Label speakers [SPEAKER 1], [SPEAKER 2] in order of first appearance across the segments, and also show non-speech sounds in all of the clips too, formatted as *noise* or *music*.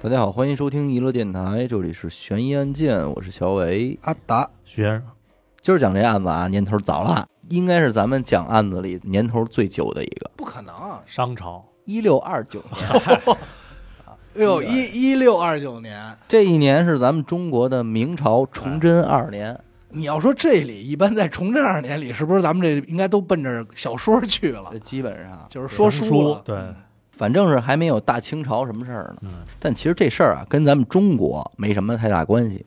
[SPEAKER 1] 大家好，欢迎收听娱乐电台，这里是悬疑案件，我是小伟。
[SPEAKER 2] 阿达，
[SPEAKER 3] 徐先生，
[SPEAKER 1] 今儿讲这案子啊，年头早了，应该是咱们讲案子里年头最久的一个，
[SPEAKER 2] 不可能、
[SPEAKER 1] 啊
[SPEAKER 3] 商朝
[SPEAKER 1] 一六二 *laughs* 九年。
[SPEAKER 2] 哎呦，一一六二九年，
[SPEAKER 1] 这一年是咱们中国的明朝崇祯二 *laughs* 年，
[SPEAKER 2] 你要说这里一般在崇祯二年里，是不是咱们这应该都奔着小说去了
[SPEAKER 1] 呃？基本上
[SPEAKER 2] 就是说啊嗯
[SPEAKER 3] 书
[SPEAKER 2] 了，
[SPEAKER 3] 对，
[SPEAKER 1] 反正是还没有大清朝什么事儿呢。
[SPEAKER 3] 嗯，
[SPEAKER 1] 但其实这事儿啊，跟咱们中国没什么太大关系，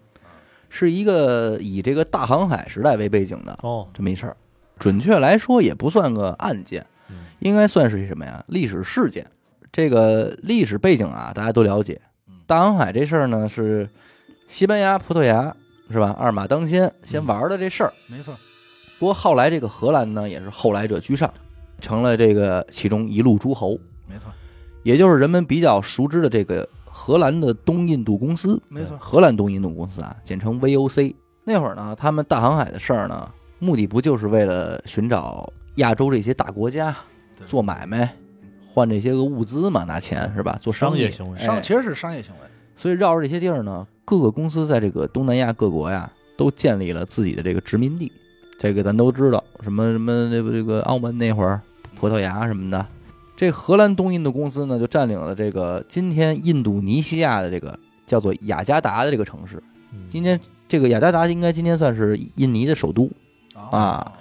[SPEAKER 1] 是一个以这个大航海时代为背景的
[SPEAKER 3] 哦，
[SPEAKER 1] 这么一事儿。准确来说，也不算个案件
[SPEAKER 3] 嗯，
[SPEAKER 1] 应该算是一什么呀？历史事件。这个历史背景啊，大家都了解
[SPEAKER 2] 嗯。
[SPEAKER 1] 大航海这事儿呢，是西班牙、葡萄牙是吧？二马当先，先玩儿的这事儿。
[SPEAKER 2] 没错，
[SPEAKER 1] 不过后来这个荷兰呢，也是后来者居上，成了这个其中一路诸侯，
[SPEAKER 2] 没错，
[SPEAKER 1] 也就是人们比较熟知的这个荷兰的东印度公司。
[SPEAKER 2] 没错，
[SPEAKER 1] 荷兰东印度公司啊，简称 VOC。那会儿呢，他们大航海的事儿呢，目的不就是为了寻找亚洲这些大国家
[SPEAKER 2] 对
[SPEAKER 1] 做买卖，换这些个物资嘛，拿钱是吧？做
[SPEAKER 3] 商
[SPEAKER 1] 意
[SPEAKER 3] 业行为
[SPEAKER 1] 哎
[SPEAKER 2] 商其实是商业行为，
[SPEAKER 1] 所以绕着这些地儿呢，各个公司在这个东南亚各国呀，都建立了自己的这个殖民地。这个咱都知道，什么什么这个这个澳门那会儿，葡萄牙什么的。这荷兰东印度公司呢，就占领了这个今天印度尼西亚的这个叫做雅加达的这个城市。
[SPEAKER 3] 嗯
[SPEAKER 1] 今天这个雅加达应该今天算是印尼的首都。
[SPEAKER 2] 哦
[SPEAKER 1] 啊，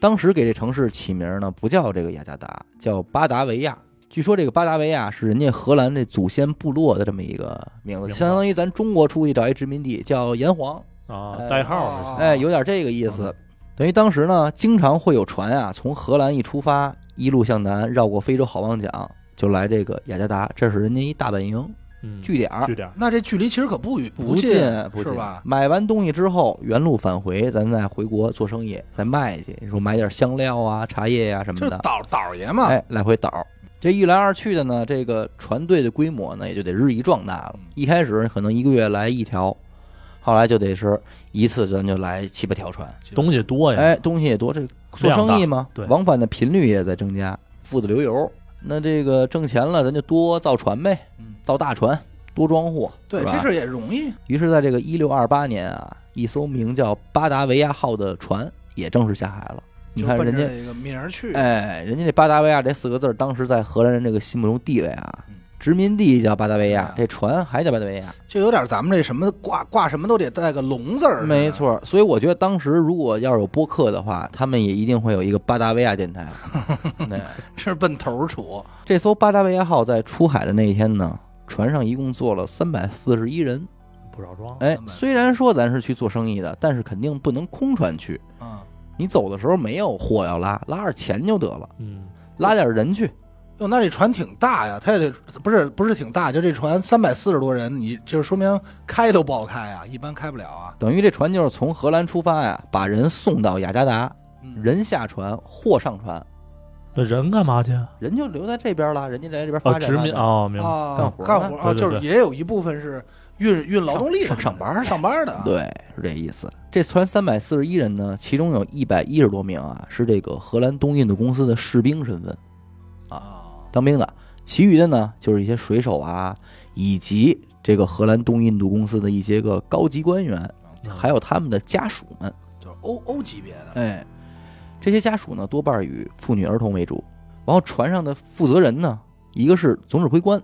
[SPEAKER 1] 当时给这城市起名呢，不叫这个雅加达，叫巴达维亚。据说这个巴达维亚是人家荷兰这祖先部落的这么一个名字，
[SPEAKER 3] 明白
[SPEAKER 1] 相当于咱中国出去找一殖民地叫炎黄，
[SPEAKER 3] 啊
[SPEAKER 1] 哎，
[SPEAKER 3] 代号
[SPEAKER 2] 哦
[SPEAKER 3] 是
[SPEAKER 1] 哎，有点这个意思。等于当时呢，经常会有船啊从荷兰一出发，一路向南，绕过非洲好望角，就来这个雅加达，这是人家一大本营
[SPEAKER 3] 嗯
[SPEAKER 1] 据点儿。
[SPEAKER 3] 据点儿，
[SPEAKER 2] 那这距离其实可不远，
[SPEAKER 1] 不
[SPEAKER 2] 近
[SPEAKER 1] 近不
[SPEAKER 2] 是
[SPEAKER 1] 近
[SPEAKER 2] 吧？
[SPEAKER 1] 啊买完东西之后，原路返回，咱再回国做生意，再卖去。你说买点香料啊、茶叶呀、什
[SPEAKER 2] 就
[SPEAKER 1] 么
[SPEAKER 2] 是
[SPEAKER 1] 的，
[SPEAKER 2] 倒倒爷嘛，
[SPEAKER 1] 哎，来回倒。这一来二去的呢，这个船队的规模呢，也就得日益壮大了
[SPEAKER 2] 嗯。
[SPEAKER 1] 一开始可能一个月来一条，后来就得是一次咱就来七八条船。
[SPEAKER 3] 东西多
[SPEAKER 2] 啊
[SPEAKER 3] 呀，
[SPEAKER 1] 哎，东西也多，这做
[SPEAKER 3] 量大
[SPEAKER 1] 生意嘛，
[SPEAKER 3] 对
[SPEAKER 1] 往返的频率也在增加，富得流油。那这个挣钱了，咱就多造船呗，
[SPEAKER 2] 嗯
[SPEAKER 1] 造大船，多装货，
[SPEAKER 2] 对，
[SPEAKER 1] 是吧
[SPEAKER 2] 这事儿也容易，
[SPEAKER 1] 于是，在这个一六二八年啊，一艘名叫巴达维亚号的船也正式下海了。你
[SPEAKER 2] 就
[SPEAKER 1] 看
[SPEAKER 2] 奔
[SPEAKER 1] 人
[SPEAKER 2] 着
[SPEAKER 1] 家，
[SPEAKER 2] 这个名儿去，
[SPEAKER 1] 哎，人家这巴达维亚这四个字儿，当时在荷兰人这个心目中地位啊
[SPEAKER 2] 嗯，
[SPEAKER 1] 殖民地叫巴达维亚
[SPEAKER 2] 嗯，
[SPEAKER 1] 这船还叫巴达维亚，
[SPEAKER 2] 就有点咱们这什么挂挂什么都得带个龙字儿，
[SPEAKER 1] 没，错儿。所以我觉得当时如果要是有播客的话，他们也一定会有一个巴达维亚电
[SPEAKER 2] *laughs*
[SPEAKER 1] 台。对，
[SPEAKER 2] 是奔头儿处，
[SPEAKER 1] 这艘巴达维亚号在出海的那一天呢，船上一共坐了三百四十一人。
[SPEAKER 3] 不少装，
[SPEAKER 1] 哎，
[SPEAKER 2] 341
[SPEAKER 1] 虽然说咱是去做生意的，但是肯定不能空船去。
[SPEAKER 2] 嗯，
[SPEAKER 1] 你走的时候没有货要拉，拉点钱就得了，
[SPEAKER 3] 嗯，
[SPEAKER 1] 拉点人去。
[SPEAKER 2] 哟，那这船挺大呀，它也得不是不是挺大，就这船三百四十多人，你就是说明开都不好开啊，一般开不了啊。
[SPEAKER 1] 等于这船就是从荷兰出发呀，把人送到雅加达，
[SPEAKER 2] 嗯
[SPEAKER 1] 人下船，货上船，
[SPEAKER 3] 那人干嘛去？
[SPEAKER 1] 人就留在这边了，人家来这边
[SPEAKER 3] 哦，
[SPEAKER 1] 发展
[SPEAKER 3] 殖民
[SPEAKER 1] 啊，
[SPEAKER 3] 哦，明白，
[SPEAKER 2] 啊
[SPEAKER 1] 干，活
[SPEAKER 2] 干
[SPEAKER 1] 呢
[SPEAKER 2] 活啊，
[SPEAKER 3] 对对
[SPEAKER 2] 就是
[SPEAKER 3] 对
[SPEAKER 2] 也有一部分是运运劳动力
[SPEAKER 1] 上上班儿的
[SPEAKER 2] 上班儿的啊。
[SPEAKER 1] 对，是这意思。这船三百四十一人呢，其中有一百一十多名啊是这个荷兰东印度公司的士兵身份
[SPEAKER 2] 啊，
[SPEAKER 1] 当兵的，其余的呢就是一些水手啊，以及这个荷兰东印度公司的一些个高级官员，
[SPEAKER 3] 嗯
[SPEAKER 1] 还有他们的家属们。
[SPEAKER 2] 就是欧欧级别的，
[SPEAKER 1] 哎，这些家属呢，多半以妇女儿童为主。然后船上的负责人呢，一个是总指挥官，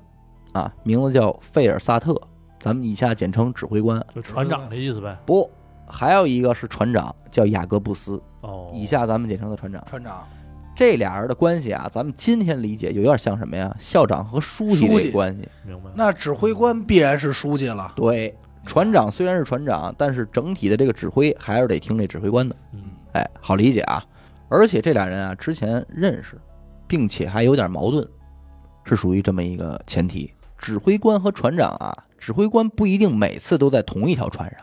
[SPEAKER 1] 啊，名字叫费尔萨特，咱们以下简称指挥官。
[SPEAKER 3] 就船长的意思呗，
[SPEAKER 1] 不，还有一个是船长，叫雅各布斯，
[SPEAKER 3] 哦，
[SPEAKER 1] 以下咱们简称的船长。
[SPEAKER 2] 船长
[SPEAKER 1] 这俩人的关系啊，咱们今天理解有点像什么呀？校长和书记
[SPEAKER 2] 书
[SPEAKER 1] 这
[SPEAKER 2] 记
[SPEAKER 1] 个关系。
[SPEAKER 3] 明白，
[SPEAKER 2] 那指挥官必然是书记了。
[SPEAKER 1] 对，船长虽然是船长，但是整体的这个指挥还是得听这指挥官的。
[SPEAKER 3] 嗯，
[SPEAKER 1] 哎，好理解啊。而且这俩人啊，之前认识，并且还有点矛盾，是属于这么一个前提。指挥官和船长啊，指挥官不一定每次都在同一条船上，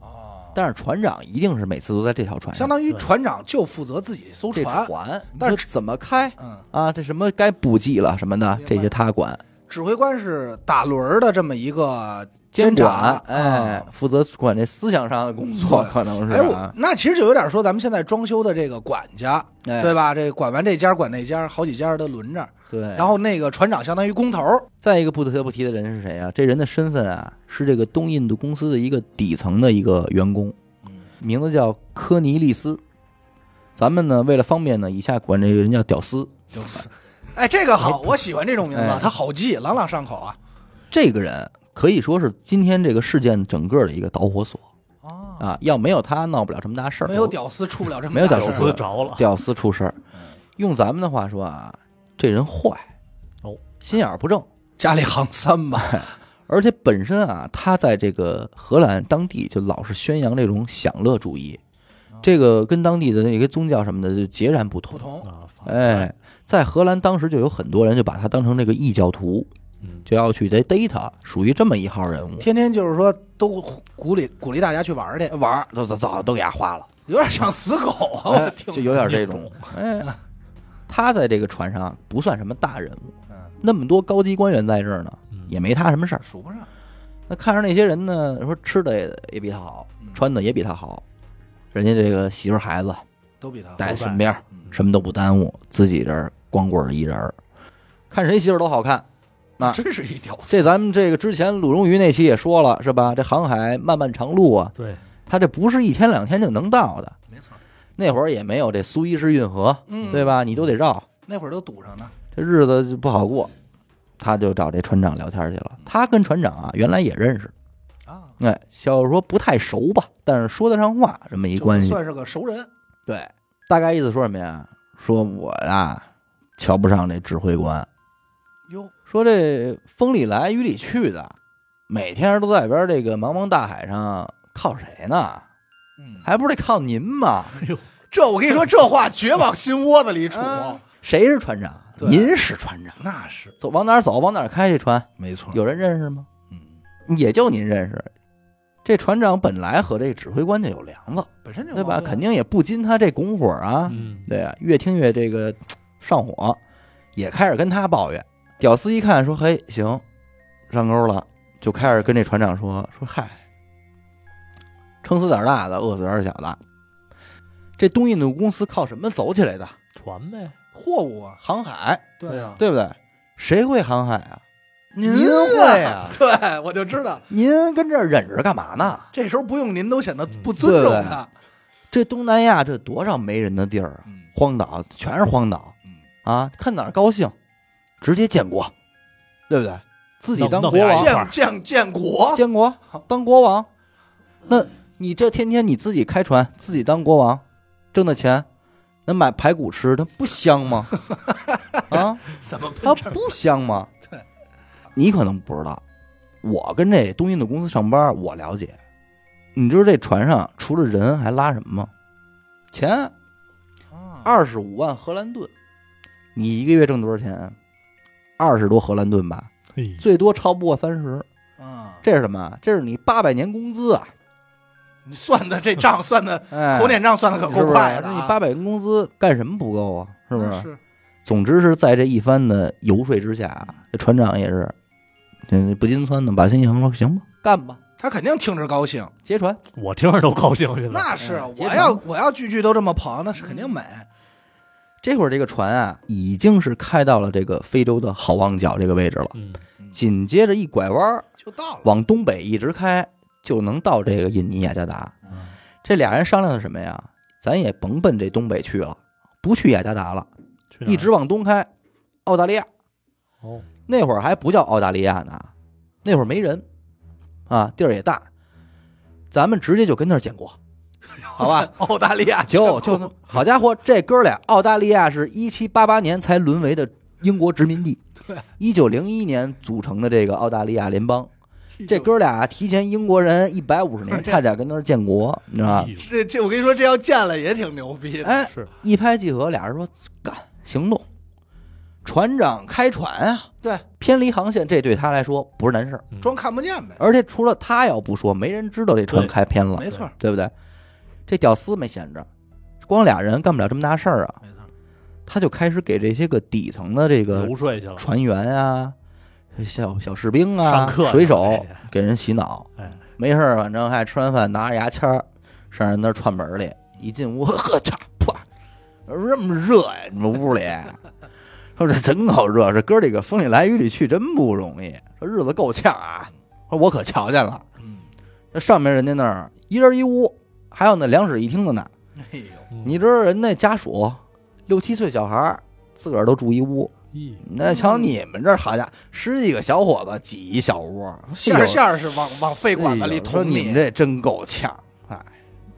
[SPEAKER 2] 哦，
[SPEAKER 1] 但是船长一定是每次都在这条船上。
[SPEAKER 2] 相当于
[SPEAKER 3] 对
[SPEAKER 2] 船长就负责自己一艘
[SPEAKER 1] 这
[SPEAKER 2] 船，
[SPEAKER 1] 船，但
[SPEAKER 2] 但是
[SPEAKER 1] 是怎么开
[SPEAKER 2] 嗯，
[SPEAKER 1] 啊？这什么该补给了什么的
[SPEAKER 2] 明，白
[SPEAKER 1] 这些他管。
[SPEAKER 2] 指挥官是打轮儿的这么一个
[SPEAKER 1] 监
[SPEAKER 2] 察
[SPEAKER 1] 管，，哎
[SPEAKER 2] 啊，
[SPEAKER 1] 负责管这思想上的工作，
[SPEAKER 2] 对
[SPEAKER 1] 可能是
[SPEAKER 2] 哎，我
[SPEAKER 1] 啊，
[SPEAKER 2] 那其实就有点说咱们现在装修的这个管家，
[SPEAKER 1] 哎
[SPEAKER 2] 对吧？这管完这家管那家，好几家都轮着。
[SPEAKER 1] 对。
[SPEAKER 2] 然后那个船长相当于工头儿，
[SPEAKER 1] 再一个不得不提的人是谁啊？这人的身份啊，是这个东印度公司的一个底层的一个员工，
[SPEAKER 2] 嗯
[SPEAKER 1] 名字叫科尼利斯。咱们呢，为了方便呢，以下管这个人叫屌丝。 *laughs*
[SPEAKER 2] 就是，哎，这个好，我喜欢这种名字，
[SPEAKER 1] 哎
[SPEAKER 2] 它好记，朗朗上口啊。
[SPEAKER 1] 这个人可以说是今天这个事件整个的一个导火索
[SPEAKER 2] 啊，
[SPEAKER 1] 啊！要没有他，闹不了这么大事儿。
[SPEAKER 2] 没有屌嗯丝出不了这么
[SPEAKER 1] 没有
[SPEAKER 2] 大
[SPEAKER 1] 屌
[SPEAKER 2] 事儿
[SPEAKER 3] 屌
[SPEAKER 1] 丝
[SPEAKER 3] 丝着了，
[SPEAKER 1] 屌丝出事儿。用咱们的话说啊，这人坏
[SPEAKER 3] 哦，
[SPEAKER 1] 心眼儿不正。
[SPEAKER 2] 家里行三吧。 *laughs*
[SPEAKER 1] 而且本身啊，他在这个荷兰当地就老是宣扬这种享乐主义，这个跟当地的那个宗教什么的就截然哦不
[SPEAKER 2] 不
[SPEAKER 1] 同。
[SPEAKER 2] 同，
[SPEAKER 3] 啊，反
[SPEAKER 1] 哎，，在荷兰当时就有很多人就把他当成这个异教徒，
[SPEAKER 3] 嗯，
[SPEAKER 1] 就要去得逮他，属于这么一号人物。
[SPEAKER 2] 天天就是说都鼓励鼓励大家去玩儿去，
[SPEAKER 1] 玩儿都早早都给他花了，
[SPEAKER 2] 有点像死狗啊，我
[SPEAKER 1] 哎
[SPEAKER 2] 听着
[SPEAKER 1] 就有点这种。哎，他在这个船上不算什么大人物，
[SPEAKER 2] 嗯
[SPEAKER 1] 那么多高级官员在这儿呢，
[SPEAKER 3] 嗯
[SPEAKER 1] 也没他什么事儿。
[SPEAKER 2] 数不上，
[SPEAKER 1] 那看着那些人呢，说吃的也也比他好，
[SPEAKER 2] 嗯
[SPEAKER 1] 穿的也比他好，人家这个媳妇儿孩子
[SPEAKER 2] 都比他好
[SPEAKER 1] 在
[SPEAKER 3] 带
[SPEAKER 1] 身边儿
[SPEAKER 2] 嗯，
[SPEAKER 1] 什么都不耽误，自己这儿光棍儿一人儿，看谁媳妇儿都好看。啊
[SPEAKER 2] 真是一屌丝。
[SPEAKER 1] 这咱们这个之前鲁荣鱼那期也说了，是吧？这航海漫漫长路啊，
[SPEAKER 3] 对，
[SPEAKER 1] 它这不是一天两天就能到的。
[SPEAKER 2] 没错，
[SPEAKER 1] 那会儿也没有这苏伊士运河，
[SPEAKER 2] 嗯
[SPEAKER 1] 对吧？你都得绕，
[SPEAKER 2] 那会儿都堵上呢，
[SPEAKER 1] 这日子就不好过。他就找这船长聊天去了。他跟船长啊，原来也认识，
[SPEAKER 2] 啊，
[SPEAKER 1] 哎，小说不太熟吧，但是说得上话，这么一
[SPEAKER 2] 就
[SPEAKER 1] 关系。
[SPEAKER 2] 算是个熟人。
[SPEAKER 1] 对，大概意思说什么呀？说我啊，瞧不上这指挥官，
[SPEAKER 2] 哟，
[SPEAKER 1] 说这风里来雨里去的，每天都在边这个茫茫大海上，靠谁呢？
[SPEAKER 2] 嗯，
[SPEAKER 1] 还不是得靠您吗？
[SPEAKER 2] 这我跟你说，这话绝往心窝子里杵。
[SPEAKER 1] 啊谁是船长？
[SPEAKER 2] 对
[SPEAKER 1] 您是船长，
[SPEAKER 2] 那是
[SPEAKER 1] 走往哪儿走，往哪儿开这船，
[SPEAKER 2] 没错，
[SPEAKER 1] 有人认识吗？
[SPEAKER 2] 嗯，
[SPEAKER 1] 也就您认识。这船长本来和这指挥官就有梁子，
[SPEAKER 2] 本身就有
[SPEAKER 1] 对吧？
[SPEAKER 2] 矛盾
[SPEAKER 1] 肯定也不禁他这拱火啊。
[SPEAKER 3] 嗯，
[SPEAKER 1] 对啊，越听越这个上火，也开始跟他抱怨。屌丝一看说：“嘿，行，上钩了。”就开始跟这船长说：“说嗨，撑死胆儿大的，饿死胆儿小的。这东印度公司靠什么走起来的？
[SPEAKER 3] 船呗，
[SPEAKER 2] 货物啊，
[SPEAKER 1] 航海，
[SPEAKER 2] 对啊呀，
[SPEAKER 1] 对不对？谁会航海啊？您会
[SPEAKER 2] 会
[SPEAKER 1] 啊？
[SPEAKER 2] *laughs* 对，我就知道，
[SPEAKER 1] 您跟这儿忍着干嘛呢？
[SPEAKER 2] *laughs* 这时候不用您都显得不
[SPEAKER 1] 嗯
[SPEAKER 2] 尊
[SPEAKER 1] 对
[SPEAKER 2] 重
[SPEAKER 1] 对
[SPEAKER 2] 他。
[SPEAKER 1] 这东南亚这多少没人的地儿啊！
[SPEAKER 2] 嗯
[SPEAKER 1] 荒岛全是荒岛，
[SPEAKER 2] 嗯，
[SPEAKER 1] 啊，看哪儿高兴，直接建国，对不对？自己当
[SPEAKER 3] 弄
[SPEAKER 1] 国王
[SPEAKER 3] 弄俩，一块
[SPEAKER 2] 建
[SPEAKER 3] 儿
[SPEAKER 2] 建建国，
[SPEAKER 1] 建国当国王。那你这天天你自己开船，自己当国王，挣的钱，能买排骨吃，那不香
[SPEAKER 3] *laughs*
[SPEAKER 1] 吗？啊，
[SPEAKER 2] 怎么
[SPEAKER 1] 它
[SPEAKER 2] 不
[SPEAKER 1] 不香吗？
[SPEAKER 2] 对，
[SPEAKER 1] 你可能不知道，我跟这东印度公司上班，我了解。你知道这船上除了人还拉什么吗？钱，
[SPEAKER 2] 啊
[SPEAKER 1] 二十五万荷兰盾，你一个月挣多少钱？啊二十多荷兰盾吧，
[SPEAKER 3] 嘿，
[SPEAKER 1] 最多超不过三十。
[SPEAKER 2] 啊？
[SPEAKER 1] 这是什么？这是你八百年工资啊！
[SPEAKER 2] 你算的这账算的
[SPEAKER 1] 哎，
[SPEAKER 2] 口点账算的可够快的
[SPEAKER 1] 是不
[SPEAKER 2] 啊，嗯
[SPEAKER 1] 是你八百年工资干什么不够啊？是不是？
[SPEAKER 2] 是？
[SPEAKER 1] 总之是在这一番的游说之下啊，这船长也是，嗯，不禁撺的把心一横说：“行吧，干吧，
[SPEAKER 2] 他肯定听着高兴，
[SPEAKER 1] 劫船。
[SPEAKER 3] 我听着都高兴去了，
[SPEAKER 2] 那是
[SPEAKER 1] 嗯结
[SPEAKER 2] 我
[SPEAKER 1] 成
[SPEAKER 2] 要我要句句都这么捧，那是肯定美。”
[SPEAKER 1] 嗯这会儿这个船啊，已经是开到了这个非洲的好望角这个位置了。
[SPEAKER 3] 嗯，
[SPEAKER 1] 紧接着一拐弯儿，
[SPEAKER 2] 就到了， *laughs*
[SPEAKER 1] 往东北一直开，就能到这个印尼雅加达。
[SPEAKER 2] 嗯
[SPEAKER 1] 这俩人商量的什么呀？咱也甭奔这东北去了，不去雅加达了，
[SPEAKER 3] 去
[SPEAKER 2] 啊
[SPEAKER 3] 哪儿
[SPEAKER 1] 一直往东开，澳大利亚。
[SPEAKER 3] 哦，
[SPEAKER 1] 那会儿还不叫澳大利亚呢，那会儿没人，啊，地儿也大，咱们直接就跟那儿建国，好吧？，
[SPEAKER 2] 澳大利亚
[SPEAKER 1] 就
[SPEAKER 2] *laughs* 建
[SPEAKER 1] 就
[SPEAKER 2] 国
[SPEAKER 1] 那好家伙，这哥俩，澳大利亚是一七八八年才沦为的英国殖民地，
[SPEAKER 2] 对，
[SPEAKER 1] 一九零一年组成的这个澳大利亚联邦。这哥俩提前英国人一百五十年，差点跟那儿建国，你知道吧
[SPEAKER 3] 哎？呦
[SPEAKER 2] 这这我跟你说，这要建了也挺牛逼的，
[SPEAKER 1] 哎，
[SPEAKER 3] 是
[SPEAKER 1] 一拍即合，俩人说干行动。船长开船啊，
[SPEAKER 2] 对，
[SPEAKER 1] 偏离航线，这对他来说不是难事儿。
[SPEAKER 3] 嗯
[SPEAKER 2] 装看不见呗，
[SPEAKER 1] 而且除了他要不说，没人知道这船
[SPEAKER 3] 对
[SPEAKER 1] 开偏了，
[SPEAKER 2] 没错
[SPEAKER 1] 对不对？这屌丝没闲着，光俩人干不了这么大事儿啊，
[SPEAKER 2] 没错，
[SPEAKER 1] 他就开始给这些个底层的这个
[SPEAKER 3] 游说去了，
[SPEAKER 1] 船员啊、小小士兵
[SPEAKER 3] 上
[SPEAKER 1] 啊
[SPEAKER 3] 课呢，
[SPEAKER 1] 水手
[SPEAKER 3] 还得
[SPEAKER 1] 给人洗脑，
[SPEAKER 3] 哎，
[SPEAKER 1] 没事儿，反正还吃完饭拿着牙签儿上人那儿串门儿去，一进屋， *laughs* 呵，嚓，啪，这么热呀、你们屋里，说这真够热，这哥儿几个风里来雨里去真不容易，说日子够呛啊，说我可瞧见了，
[SPEAKER 2] 嗯，
[SPEAKER 1] 这上面人家那儿一人一屋，还有那两室一厅的呢，
[SPEAKER 2] 哎呦，
[SPEAKER 3] 嗯
[SPEAKER 1] 你知道人那家属六七岁小孩儿自个儿都住一屋，
[SPEAKER 3] 咦
[SPEAKER 1] 那瞧你们这儿好家伙，十几个小伙子挤一小屋，
[SPEAKER 2] 馅儿馅儿是往往肺
[SPEAKER 1] 这
[SPEAKER 2] 管子里捅
[SPEAKER 1] 哎你们这真够呛，哎，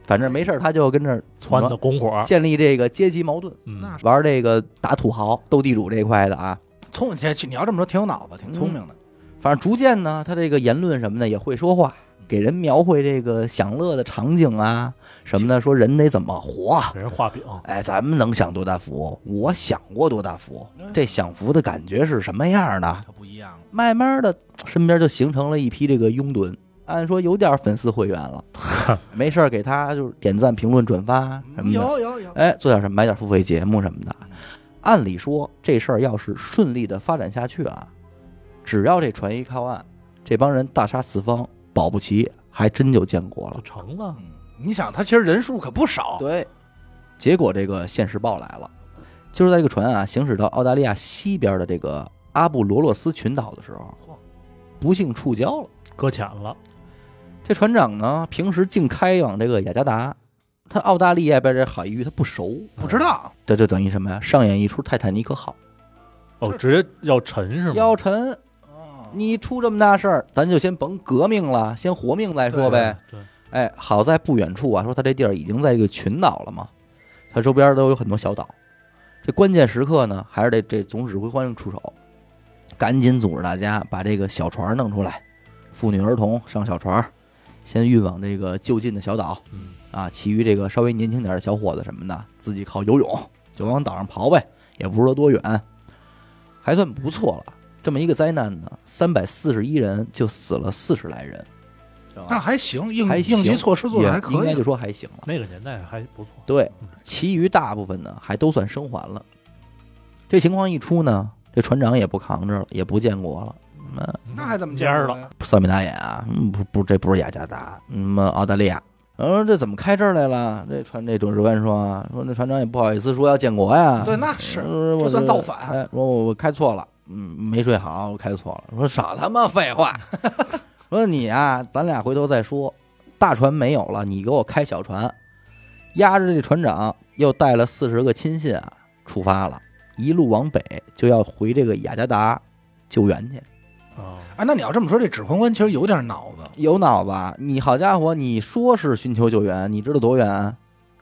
[SPEAKER 1] 反正没事儿他就跟这儿
[SPEAKER 3] 窜的拱火，
[SPEAKER 1] 建立这个阶级矛盾，
[SPEAKER 3] 嗯
[SPEAKER 2] 那
[SPEAKER 1] 玩这个打土豪、斗地主这一块的啊。
[SPEAKER 2] 聪明，你要这么说挺有脑子，挺聪明的。
[SPEAKER 1] 反正逐渐呢，他这个言论什么的也会说话，给人描绘这个享乐的场景啊什么的，说人得怎么活。
[SPEAKER 3] 给人画饼，
[SPEAKER 1] 哎，咱们能享多大福？我享过多大福？这享福的感觉是什么样的？
[SPEAKER 2] 可不一样了，
[SPEAKER 1] 慢慢的，身边就形成了一批这个拥趸，按说有点粉丝会员 *laughs* 了，没事儿给他就是点赞、评论、转发什么的，
[SPEAKER 2] 嗯有有有，
[SPEAKER 1] 哎，做点什么，买点付费节目什么的。按理说这事儿要是顺利的发展下去啊，只要这船一靠岸，这帮人大杀四方，保不齐还真就建国了
[SPEAKER 3] 就。成了。
[SPEAKER 2] 嗯，你想他其实人数可不少，
[SPEAKER 1] 对，结果这个现世报来了，就是在这个船啊行驶到澳大利亚西边的这个阿布罗洛斯群岛的时候
[SPEAKER 2] 嚯，
[SPEAKER 1] 不幸触礁了。
[SPEAKER 3] 搁浅了，
[SPEAKER 1] 这船长呢，平时净开往这个雅加达，他澳大利亚边这海域他不熟，
[SPEAKER 3] 嗯
[SPEAKER 2] 不知道
[SPEAKER 1] 这就等于什么呀？上演一出泰坦尼克号，
[SPEAKER 3] 哦，直接要沉是吗？
[SPEAKER 1] 要沉，
[SPEAKER 2] 哦
[SPEAKER 1] 你出这么大事儿，咱就先甭革命了，先活命再说呗。
[SPEAKER 3] 对，
[SPEAKER 1] 哎，好在不远处啊，说他这地儿已经在这个群岛了嘛，他周边都有很多小岛。这关键时刻呢，还是得这总指挥官出手，赶紧组织大家把这个小船弄出来，妇女儿童上小船，先运往这个就近的小岛
[SPEAKER 3] 嗯，
[SPEAKER 1] 啊。其余这个稍微年轻点的小伙子什么的，自己靠游泳就往岛上刨呗，也不是说多远，还算不错了。这么一个灾难呢，三百四十一人就死了四十来人，知道吧
[SPEAKER 2] 那还行，
[SPEAKER 1] 嗯
[SPEAKER 2] 应
[SPEAKER 1] 还行
[SPEAKER 2] 应急措施做的
[SPEAKER 1] 也
[SPEAKER 2] 还可
[SPEAKER 1] 应该就
[SPEAKER 2] 以，啊
[SPEAKER 1] 说还行了。
[SPEAKER 3] 那个年代还不错。
[SPEAKER 1] 对
[SPEAKER 3] 嗯，
[SPEAKER 1] 其余大部分呢还都算生还了。这情况一出呢，这船长也不扛着了，也不建国了。那
[SPEAKER 2] 那还怎么
[SPEAKER 3] 蔫
[SPEAKER 2] 见
[SPEAKER 3] 儿
[SPEAKER 2] 着
[SPEAKER 3] 了？
[SPEAKER 2] 呀？
[SPEAKER 1] 三面大眼啊，嗯，不不，这不是雅加达，嗯，澳大利亚。然后这怎么开这儿来了？这船这主持官说啊，说那船长也不好意思说要建国呀。
[SPEAKER 2] 对，那是
[SPEAKER 1] 呃我
[SPEAKER 2] 这算
[SPEAKER 1] 这
[SPEAKER 2] 造反
[SPEAKER 1] 哎，说我我开错了，嗯，没睡好，我开错了。说少他妈废话， *laughs* 说你啊，咱俩回头再说。大船没有了，你给我开小船。压着这船长又带了四十个亲信啊，出发了，一路往北就要回这个雅加达救援去。
[SPEAKER 3] 啊，
[SPEAKER 2] 哎，那你要这么说，这指挥官其实有点脑子，
[SPEAKER 1] 有脑子啊，你好家伙，你说是寻求救援，你知道多远？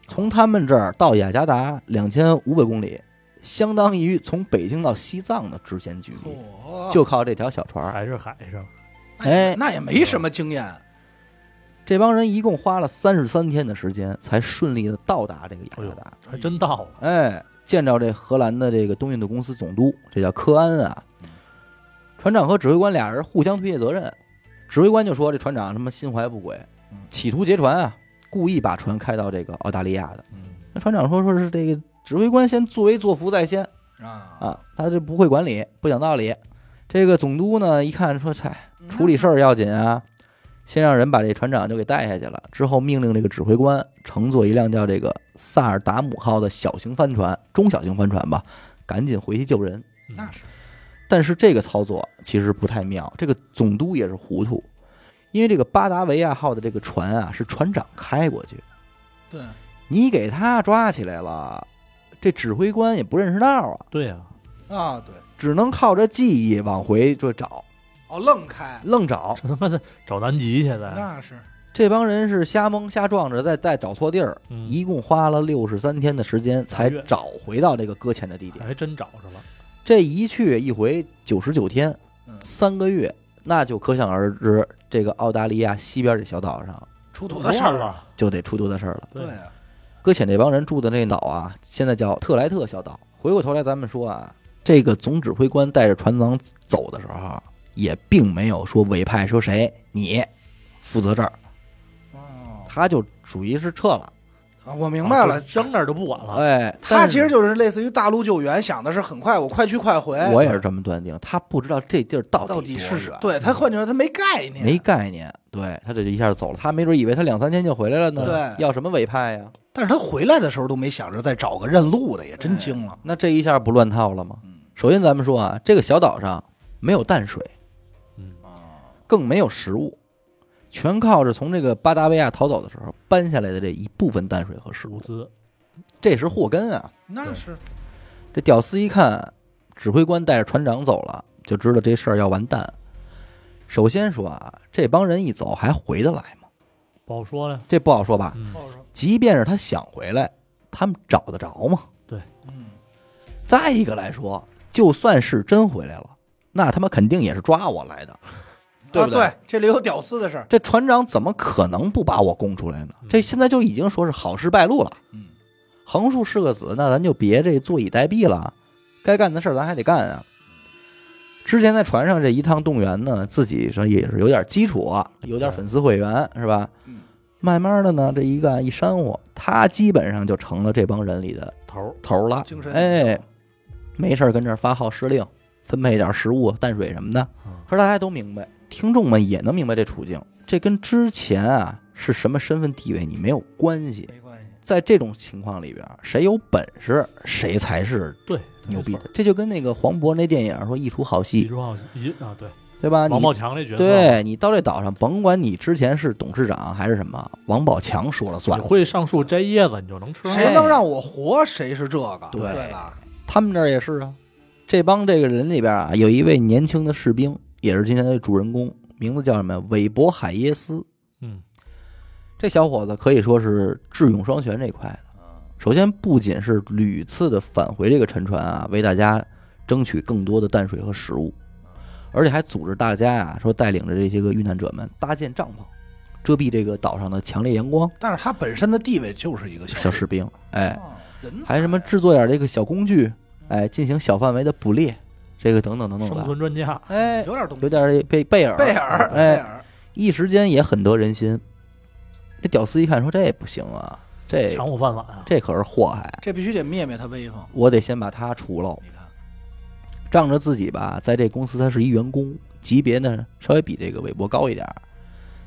[SPEAKER 1] 从他们这儿到雅加达两千五百公里，相当于从北京到西藏的直线距离，
[SPEAKER 2] 哦
[SPEAKER 1] 就靠这条小船儿。
[SPEAKER 3] 还是海上，
[SPEAKER 1] 哎
[SPEAKER 2] 那也没什么经验，
[SPEAKER 1] 这帮人一共花了三十三天的时间，才顺利的到达这个雅加达。
[SPEAKER 3] 还真到了。
[SPEAKER 1] 哎，见着这荷兰的这个东印度公司总督，这叫科恩啊。船长和指挥官俩人互相推卸责任，指挥官就说这船长他妈心怀不轨
[SPEAKER 2] 嗯，
[SPEAKER 1] 企图劫船啊，故意把船开到这个澳大利亚的。
[SPEAKER 2] 嗯
[SPEAKER 1] 那船长说说是这个指挥官先作威作福在先
[SPEAKER 2] 啊，
[SPEAKER 1] 啊，他这不会管理，不讲道理。这个总督呢一看说，嗨，处
[SPEAKER 2] 嗯
[SPEAKER 1] 理事儿要紧啊，先让人把这船长就给带下去了，之后命令这个指挥官乘坐一辆叫这个萨尔达姆号的小型帆船，中小型帆船吧，赶紧回去救人。
[SPEAKER 3] 嗯
[SPEAKER 2] 那是
[SPEAKER 1] 但是这个操作其实不太妙，这个总督也是糊涂，因为这个巴达维亚号的这个船啊是船长开过去的。
[SPEAKER 2] 对，
[SPEAKER 1] 你给他抓起来了，这指挥官也不认识道啊，
[SPEAKER 3] 对呀，
[SPEAKER 2] 啊对，
[SPEAKER 1] 只能靠着记忆往回就找，
[SPEAKER 2] 哦愣开，
[SPEAKER 1] 愣找。
[SPEAKER 3] 这他妈的找南极去
[SPEAKER 1] 嗯
[SPEAKER 3] 了。
[SPEAKER 2] 那是
[SPEAKER 1] 这帮人是瞎蒙瞎撞着，再再找错地儿，
[SPEAKER 3] 嗯
[SPEAKER 1] 一共花了六十三天的时间才找回到这个搁浅的地点。
[SPEAKER 3] 还真找着了，
[SPEAKER 1] 这一去一回九十九天
[SPEAKER 2] 嗯，
[SPEAKER 1] 三个月，那就可想而知，这个澳大利亚西边这小岛上
[SPEAKER 2] 出土的事儿，啊
[SPEAKER 3] 了。
[SPEAKER 1] 就得出多大事儿了。
[SPEAKER 2] 对
[SPEAKER 3] 对，
[SPEAKER 2] 啊，
[SPEAKER 1] 搁浅这帮人住的那岛啊，现在叫特莱特小岛。回过头来，咱们说啊，这个总指挥官带着船长走的时候，啊也并没有说委派说谁你负责这儿，
[SPEAKER 2] 哦，
[SPEAKER 1] 他就属于是撤了。
[SPEAKER 2] 啊，我明白了
[SPEAKER 3] 啊就。扔那儿就不管了。
[SPEAKER 1] 哎，
[SPEAKER 2] 他
[SPEAKER 1] 但
[SPEAKER 2] 其
[SPEAKER 1] 是
[SPEAKER 2] 实就是类似于大陆救援，想的是很快，我快去快回。
[SPEAKER 1] 我也是这么断定，他不知道这地儿到
[SPEAKER 2] 哎到
[SPEAKER 1] 底
[SPEAKER 2] 底
[SPEAKER 1] 多
[SPEAKER 2] 是
[SPEAKER 1] 远
[SPEAKER 2] 对他换句话说，他没概念，
[SPEAKER 1] 没概念，对他这就一下走了，他没准以为他两三天就回来了呢，
[SPEAKER 2] 对
[SPEAKER 1] 要什么委派呀？
[SPEAKER 2] 但是他回来的时候都没想着再找个认路的，也
[SPEAKER 1] 哎
[SPEAKER 2] 真惊了。
[SPEAKER 1] 那这一下不乱套了吗
[SPEAKER 2] 嗯？
[SPEAKER 1] 首先咱们说啊，这个小岛上没有淡水，
[SPEAKER 3] 嗯，
[SPEAKER 1] 更没有食物，全靠着从这个巴达维亚逃走的时候搬下来的这一部分淡水和食
[SPEAKER 3] 物
[SPEAKER 1] 物，
[SPEAKER 3] 资
[SPEAKER 1] 这是祸根啊！
[SPEAKER 2] 那
[SPEAKER 3] 对
[SPEAKER 2] 是
[SPEAKER 1] 这屌丝一看，指挥官带着船长走了，就知道这事儿要完蛋。首先说啊，这帮人一走还回得来吗？
[SPEAKER 3] 不好说了。
[SPEAKER 1] 这不好说吧。
[SPEAKER 3] 嗯，
[SPEAKER 1] 即便是他想回来，他们找得着吗？
[SPEAKER 2] 嗯，
[SPEAKER 1] 再一个来说，就算是真回来了，那他妈肯定也是抓我来的，对
[SPEAKER 2] 啊
[SPEAKER 1] 不对？
[SPEAKER 2] 对，这里有屌丝的事儿。
[SPEAKER 1] 这船长怎么可能不把我供出来呢？
[SPEAKER 3] 嗯
[SPEAKER 1] 这现在就已经说是好事败露了。
[SPEAKER 2] 嗯，
[SPEAKER 1] 横竖是个子，那咱就别这坐以待毙了，该干的事儿咱还得干啊。之前在船上这一趟动员呢，自己说也是有点基础啊，有点粉丝会员是吧
[SPEAKER 2] 嗯？
[SPEAKER 1] 慢慢的呢，这一干一煽乎，他基本上就成了这帮人里的
[SPEAKER 3] 头儿
[SPEAKER 1] 头儿了。
[SPEAKER 2] 精神
[SPEAKER 1] 哎，没事儿跟这儿发号施令，分配点食物、淡水什么的。
[SPEAKER 3] 嗯
[SPEAKER 1] 可是大家都明白，听众们也能明白这处境，这跟之前啊是什么身份地位你没有关系。
[SPEAKER 2] 没关系。
[SPEAKER 1] 在这种情况里边，谁有本事谁才是
[SPEAKER 3] 对
[SPEAKER 1] 牛逼的。这就跟那个黄渤那电影说“一出好
[SPEAKER 3] 一
[SPEAKER 1] 戏
[SPEAKER 3] 中好一啊，对，”，
[SPEAKER 1] 对吧？
[SPEAKER 3] 王
[SPEAKER 1] 你
[SPEAKER 3] 宝强这角色，
[SPEAKER 1] 对你到这岛上，甭管你之前是董事长还是什么，王宝强说了算
[SPEAKER 3] 你。会上树摘叶子，你就能吃。
[SPEAKER 2] 谁能让我活，谁是这个，
[SPEAKER 1] 对
[SPEAKER 2] 对吧？
[SPEAKER 1] 他们这儿也是啊，这帮这个人里边啊，有一位年轻的士兵，也是今天的主人公，名字叫什么呀？韦伯海耶斯。
[SPEAKER 3] 嗯，
[SPEAKER 1] 这小伙子可以说是智勇双全这块的。
[SPEAKER 3] 啊
[SPEAKER 1] 首先，不仅是屡次的返回这个沉船啊，为大家争取更多的淡水和食物，而且还组织大家啊，说带领着这些个遇难者们搭建帐篷，遮蔽这个岛上的强烈阳光。
[SPEAKER 2] 但是他本身的地位就是一个
[SPEAKER 1] 小士兵，哎，
[SPEAKER 2] 啊人才
[SPEAKER 1] 还什么制作点这个小工具，哎，进行小范围的捕猎，这个等等等等
[SPEAKER 3] 生
[SPEAKER 1] 吧。
[SPEAKER 3] 存专家，
[SPEAKER 1] 哎，
[SPEAKER 2] 有点东
[SPEAKER 1] 有
[SPEAKER 2] 西。
[SPEAKER 1] 点儿贝贝尔，
[SPEAKER 2] 贝尔，贝
[SPEAKER 1] 哎
[SPEAKER 2] 尔，
[SPEAKER 1] 一时间也很得人心。这屌丝一看说这不行啊，这
[SPEAKER 3] 抢我饭碗啊！
[SPEAKER 1] 这可是祸害，
[SPEAKER 2] 这必须得灭灭他威风。
[SPEAKER 1] 我得先把他除了。
[SPEAKER 2] 你看，
[SPEAKER 1] 仗着自己吧，在这公司他是一员工，级别呢稍微比这个韦伯高一点儿，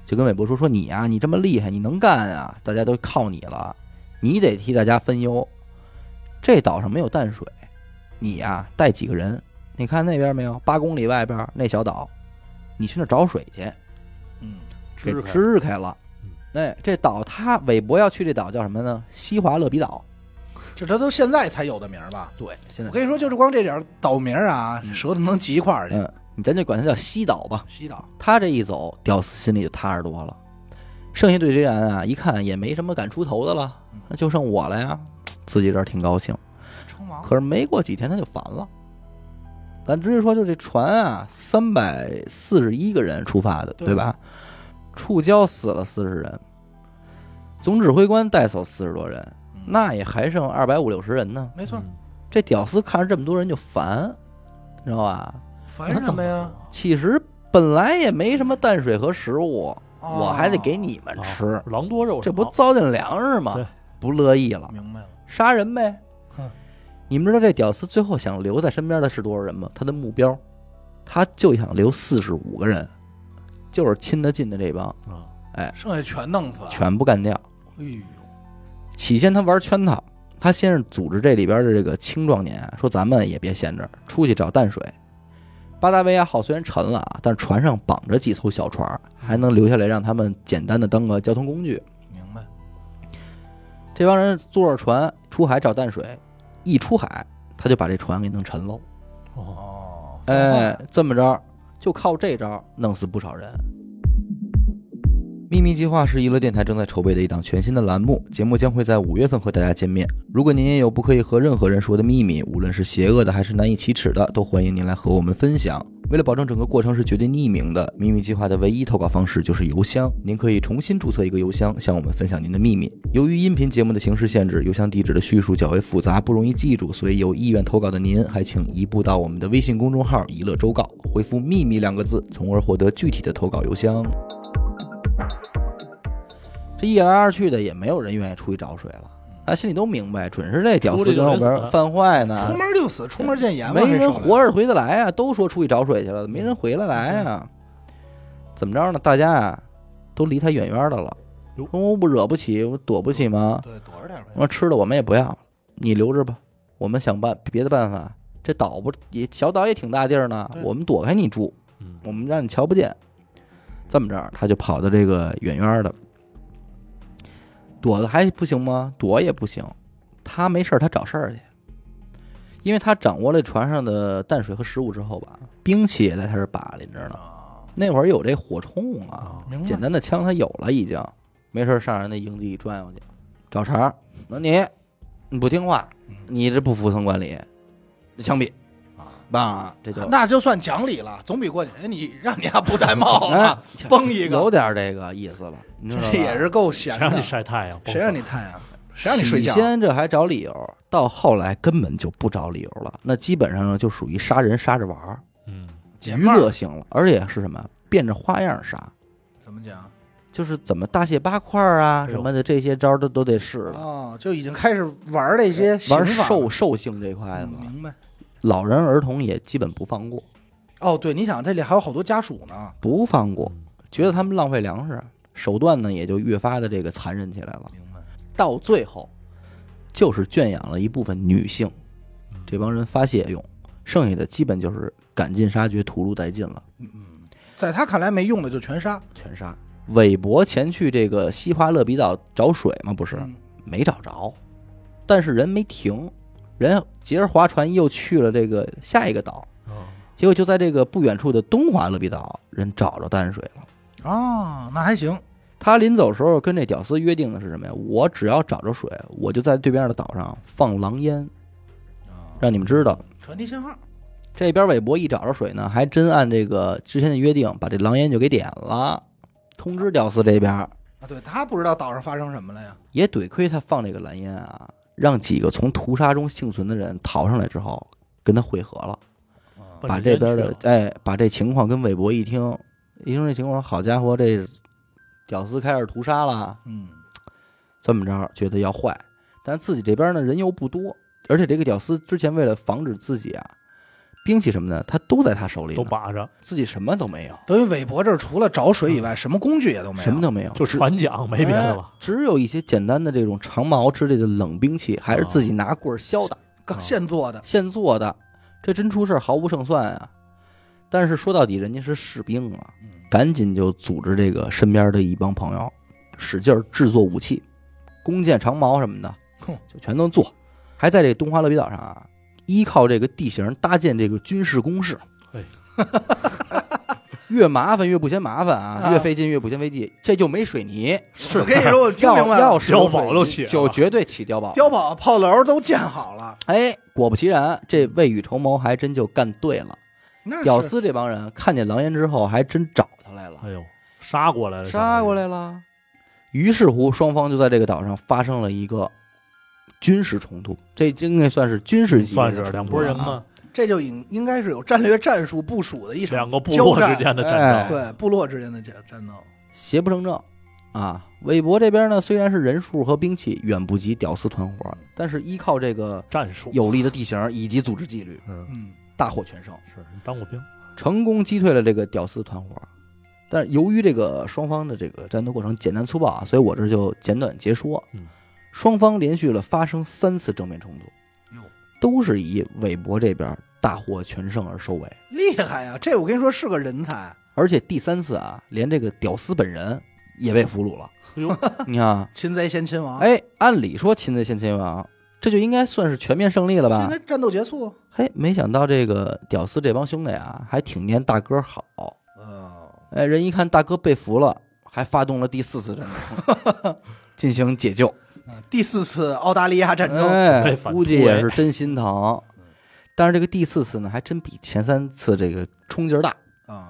[SPEAKER 1] 就跟韦伯说说你啊，你这么厉害，你能干啊，大家都靠你了，你得替大家分忧。这岛上没有淡水，你呀、带几个人，你看那边没有，八公里外边儿那小岛，你去那儿找水去。
[SPEAKER 2] 嗯，
[SPEAKER 1] 给
[SPEAKER 3] 支开
[SPEAKER 1] 支开了
[SPEAKER 3] 嗯。
[SPEAKER 1] 哎，这岛他韦伯要去这岛叫什么呢？西华勒比岛。
[SPEAKER 2] 这这都现在才有的名儿吧？
[SPEAKER 1] 对，现在
[SPEAKER 2] 我跟你说，就是光这点儿岛名儿啊，舌头能挤一块儿去。
[SPEAKER 1] 嗯，你咱就管它叫西岛吧。
[SPEAKER 2] 西岛，
[SPEAKER 1] 他这一走，屌丝心里就踏实多了。剩下对这人啊，一看也没什么敢出头的了
[SPEAKER 2] 嗯，
[SPEAKER 1] 那就剩我了呀，自己这儿挺高兴。
[SPEAKER 2] 称王。
[SPEAKER 1] 可是没过几天他就烦了，咱直接说，就这船啊，三百四十一个人出发的，
[SPEAKER 2] 对
[SPEAKER 1] 对吧？触礁死了四十人，总指挥官带走四十多人，
[SPEAKER 2] 嗯
[SPEAKER 1] 那也还剩二百五六十人呢。
[SPEAKER 2] 没错，
[SPEAKER 3] 嗯
[SPEAKER 1] 这屌丝看着这么多人就烦，知道吧？
[SPEAKER 2] 烦什么呀？？
[SPEAKER 1] 其实本来也没什么淡水和食物，
[SPEAKER 3] 哦
[SPEAKER 2] 啊
[SPEAKER 1] 我还得给你们
[SPEAKER 3] 那怎么
[SPEAKER 1] 吃
[SPEAKER 3] 啊，狼多肉少，
[SPEAKER 1] 这不糟践粮食吗
[SPEAKER 3] 对？
[SPEAKER 1] 不乐意了，
[SPEAKER 2] 哦明白了。
[SPEAKER 1] 杀人呗
[SPEAKER 2] 哼。
[SPEAKER 1] 你们知道这屌丝最后想留在身边的是多少人吗？他的目标，他就想留四十五个人，就是亲得近的这帮
[SPEAKER 3] 啊？
[SPEAKER 2] 剩下全弄死。
[SPEAKER 1] 全部干掉。
[SPEAKER 2] 哎呦，
[SPEAKER 1] 起先他玩圈套，他先是组织这里边的这个青壮年啊，说咱们也别闲着，出去找淡水。巴达维亚号虽然沉了啊，但船上绑着几艘小船，还能留下来让他们简单的当个交通工具。
[SPEAKER 2] 明白。
[SPEAKER 1] 这帮人坐着船出海找淡水，一出海他就把这船给弄沉喽。
[SPEAKER 3] 哦，
[SPEAKER 2] 哦，
[SPEAKER 1] 哎，这么着，就靠这招弄死不少人。秘密计划是娱乐电台正在筹备的一档全新的栏目，节目将会在五月份和大家见面。如果您也有不可以和任何人说的秘密，无论是邪恶的还是难以启齿的，都欢迎您来和我们分享。为了保证整个过程是绝对匿名的，秘密计划的唯一投稿方式就是邮箱。您可以重新注册一个邮箱，向我们分享您的秘密。由于音频节目的形式限制，邮箱地址的叙述较为复杂，不容易记住，所以有意愿投稿的您，还请移步到我们的微信公众号“一乐周告”，回复“秘密”两个字，从而获得具体的投稿邮箱。这一来二去的，也没有人愿意出去找水了。大家心里都明白，准是这屌
[SPEAKER 3] 出
[SPEAKER 1] 丝
[SPEAKER 3] 去就
[SPEAKER 1] 跟后
[SPEAKER 3] 得
[SPEAKER 1] 边
[SPEAKER 3] 死
[SPEAKER 1] 犯坏呢，
[SPEAKER 2] 出门就死，出门见阎王，
[SPEAKER 1] 没
[SPEAKER 2] 这
[SPEAKER 1] 人
[SPEAKER 2] 手段
[SPEAKER 1] 活着回得来啊！都说出去找水去了，没人回得来啊！怎么着呢？大家啊，都离他远远的了
[SPEAKER 3] 哟。
[SPEAKER 1] 说我不惹不起，我躲不起吗？
[SPEAKER 2] 对，躲着点呗。
[SPEAKER 1] 我说吃的我们也不要，你留着吧，我们想办别的办法。这岛不也小岛也挺大地儿呢
[SPEAKER 2] 对，
[SPEAKER 1] 我们躲开你住，
[SPEAKER 3] 嗯
[SPEAKER 1] 我们让你瞧不见。这么着，他就跑到这个远远的，躲的还不行吗？躲也不行，他没事儿，他找事儿去，因为他掌握了船上的淡水和食物之后吧，兵器也在他这儿把拎着呢。
[SPEAKER 2] 啊，
[SPEAKER 1] 那会儿有这火铳啊，
[SPEAKER 3] 啊，
[SPEAKER 2] 明
[SPEAKER 1] 简
[SPEAKER 2] 白。
[SPEAKER 1] 单的枪他有了已经，没事儿上人那营地转悠去，找茬儿。那你你不听话，你这不服从管理，枪毙
[SPEAKER 2] 嗯啊！
[SPEAKER 1] 棒，这就
[SPEAKER 2] 那就算讲理了，总比过去哎你让你丫不戴帽
[SPEAKER 1] 哎
[SPEAKER 2] 子，崩一个，
[SPEAKER 1] 有点这个意思了，你知道吧？
[SPEAKER 2] 这也是够闲
[SPEAKER 3] 谁让你
[SPEAKER 2] 的。
[SPEAKER 3] 晒太阳？
[SPEAKER 2] 谁让你
[SPEAKER 3] 崩死
[SPEAKER 2] 太阳？谁让你睡觉啊
[SPEAKER 1] 起？先这还找理由，到后来根本就不找理由了，那基本上呢就属于杀人杀着玩儿，
[SPEAKER 3] 嗯，
[SPEAKER 2] 解
[SPEAKER 1] 娱
[SPEAKER 2] 闷儿
[SPEAKER 1] 乐性了，而且是什么变着花样杀，
[SPEAKER 2] 怎么讲？
[SPEAKER 1] 就是怎么大卸八块儿啊
[SPEAKER 3] 哎呦
[SPEAKER 1] 什么的这些招儿都都得试了，
[SPEAKER 2] 哦，就已经开始玩这些
[SPEAKER 1] 哎玩
[SPEAKER 2] 哎刑法了
[SPEAKER 1] 兽兽性这块的
[SPEAKER 2] 嗯
[SPEAKER 1] 了，
[SPEAKER 2] 明白？
[SPEAKER 1] 老人儿童也基本不放过。
[SPEAKER 2] 哦，对，你想这里还有好多家属呢，
[SPEAKER 1] 不放过
[SPEAKER 3] 嗯，
[SPEAKER 1] 觉得他们浪费粮食，啊手段呢也就越发的这个残忍起来了。
[SPEAKER 2] 明白？
[SPEAKER 1] 到最后，就是圈养了一部分女性，
[SPEAKER 3] 嗯
[SPEAKER 1] 这帮人发泄用，剩下的基本就是赶尽杀绝、屠戮殆尽了，
[SPEAKER 2] 嗯，在他看来没用的就全杀，
[SPEAKER 1] 全杀。韦伯前去这个西华勒比岛找水嘛，不是
[SPEAKER 2] 嗯
[SPEAKER 1] 没找着，但是人没停，人接着划船又去了这个下一个岛，
[SPEAKER 3] 啊
[SPEAKER 1] 结果就在这个不远处的东华勒比岛，人找着淡水了。
[SPEAKER 2] 哦，那还行，
[SPEAKER 1] 他临走时候跟这屌丝约定的是什么呀？我只要找着水，我就在对面的岛上放狼烟，
[SPEAKER 3] 啊
[SPEAKER 1] 让你们知道。
[SPEAKER 2] 传递信号，啊
[SPEAKER 1] 这边韦伯一找着水呢，还真按这个之前的约定，把这狼烟就给点了，通知屌丝这边。
[SPEAKER 2] 啊，对他不知道岛上发生什么了呀？
[SPEAKER 1] 也得亏他放这个蓝烟啊，让几个从屠杀中幸存的人逃上来之后，跟他会合了，
[SPEAKER 2] 啊
[SPEAKER 3] 奔
[SPEAKER 1] 把
[SPEAKER 3] 着
[SPEAKER 1] 这边
[SPEAKER 3] 烟
[SPEAKER 1] 的
[SPEAKER 3] 去
[SPEAKER 1] 哎，把这情况跟韦伯一听，一听这情况，好家伙，这屌丝开始屠杀了。
[SPEAKER 2] 嗯，
[SPEAKER 1] 这么着觉得要坏，但自己这边呢人又不多，而且这个屌丝之前为了防止自己啊，兵器什么的他都在他手里
[SPEAKER 3] 都
[SPEAKER 1] 呢，
[SPEAKER 3] 把着，
[SPEAKER 1] 自己什么都没有，
[SPEAKER 2] 等于韦伯这儿除了找水以外，什么工具也都没
[SPEAKER 1] 嗯
[SPEAKER 2] 有，
[SPEAKER 1] 什么都没有，
[SPEAKER 3] 就
[SPEAKER 1] 只
[SPEAKER 3] 船桨没别的了。
[SPEAKER 1] 只有一些简单的这种长矛之类的冷兵器，还是自己拿棍儿削的，
[SPEAKER 2] 刚现做的，
[SPEAKER 1] 现做的，这真出事儿毫无胜算啊！但是说到底，人家是士兵啊，
[SPEAKER 2] 嗯
[SPEAKER 1] 赶紧就组织这个身边的一帮朋友，使劲儿制作武器，弓箭、长矛什么的
[SPEAKER 2] 哼，
[SPEAKER 1] 就全都做。还在这东花乐比岛上啊，依靠这个地形搭建这个军事工事
[SPEAKER 3] 嘿。
[SPEAKER 1] 越麻烦越不嫌麻烦啊，
[SPEAKER 2] 啊
[SPEAKER 1] 越费劲越不嫌费劲。这就没水泥，
[SPEAKER 2] 我跟你说，我听
[SPEAKER 1] 要
[SPEAKER 2] 明白
[SPEAKER 1] 要
[SPEAKER 2] 了，
[SPEAKER 1] 是有
[SPEAKER 3] 碉堡
[SPEAKER 1] 水泥
[SPEAKER 3] 都起来
[SPEAKER 1] 就
[SPEAKER 3] 了
[SPEAKER 1] 绝对起碉堡。
[SPEAKER 2] 碉堡、炮楼都建好了，
[SPEAKER 1] 哎，果不其然，这未雨绸缪还真就干对了。
[SPEAKER 2] 那
[SPEAKER 1] 屌
[SPEAKER 2] 是
[SPEAKER 1] 丝这帮人看见狼烟之后，还真找他来了。
[SPEAKER 3] 哎呦，杀过来了，
[SPEAKER 1] 杀过来了。于是乎，双方就在这个岛上发生了一个军事冲突，这应该算是军事级别
[SPEAKER 3] 算
[SPEAKER 1] 的
[SPEAKER 3] 是两
[SPEAKER 1] 冲突
[SPEAKER 3] 拨人
[SPEAKER 1] 了啊
[SPEAKER 3] 嘛，
[SPEAKER 2] 这就应应该是有战略战术部署的一场
[SPEAKER 3] 两个部
[SPEAKER 2] 交
[SPEAKER 3] 落之
[SPEAKER 2] 战
[SPEAKER 3] 间的
[SPEAKER 1] 哎
[SPEAKER 3] 战争。
[SPEAKER 2] 对部落之间的战战斗，
[SPEAKER 1] 邪不胜正啊。韦伯这边呢，虽然是人数和兵器远不及屌丝团伙，但是依靠这个
[SPEAKER 3] 战术，
[SPEAKER 1] 有利的地形以及组织纪律，
[SPEAKER 3] 嗯，
[SPEAKER 2] 嗯，
[SPEAKER 1] 大获全胜，
[SPEAKER 3] 是你当过兵，
[SPEAKER 1] 成功击退了这个屌丝团伙。但是由于这个双方的这个战斗过程简单粗暴啊，所以我这就简短截说啊
[SPEAKER 3] 嗯。
[SPEAKER 1] 双方连续了发生三次正面冲突，
[SPEAKER 2] 哟，
[SPEAKER 1] 都是以韦伯这边大获全胜而收尾。
[SPEAKER 2] 厉害呀！这我跟你说是个人才，
[SPEAKER 1] 而且第三次啊，连这个屌丝本人也被俘虏了。
[SPEAKER 3] 哎呦，
[SPEAKER 1] *laughs* 你看啊，
[SPEAKER 2] 擒贼先擒王，，
[SPEAKER 1] 哎，按理说擒贼先擒王，这就应该算是全面胜利了
[SPEAKER 2] 这应
[SPEAKER 1] 吧
[SPEAKER 2] 该？战斗结束。
[SPEAKER 1] 嘿，没想到这个屌丝这帮兄弟啊，还挺念大哥好。
[SPEAKER 2] 哦，
[SPEAKER 1] 哎，人一看大哥被俘了，还发动了第四次战争，
[SPEAKER 2] *laughs*
[SPEAKER 1] 进行解救。
[SPEAKER 2] 嗯第四次澳大利亚战争，
[SPEAKER 1] 哎，
[SPEAKER 3] 被反
[SPEAKER 1] 估计
[SPEAKER 3] 扑
[SPEAKER 1] 也
[SPEAKER 3] 哎
[SPEAKER 1] 是真心疼。但是这个第四次呢，还真比前三次这个冲劲儿大。
[SPEAKER 2] 啊，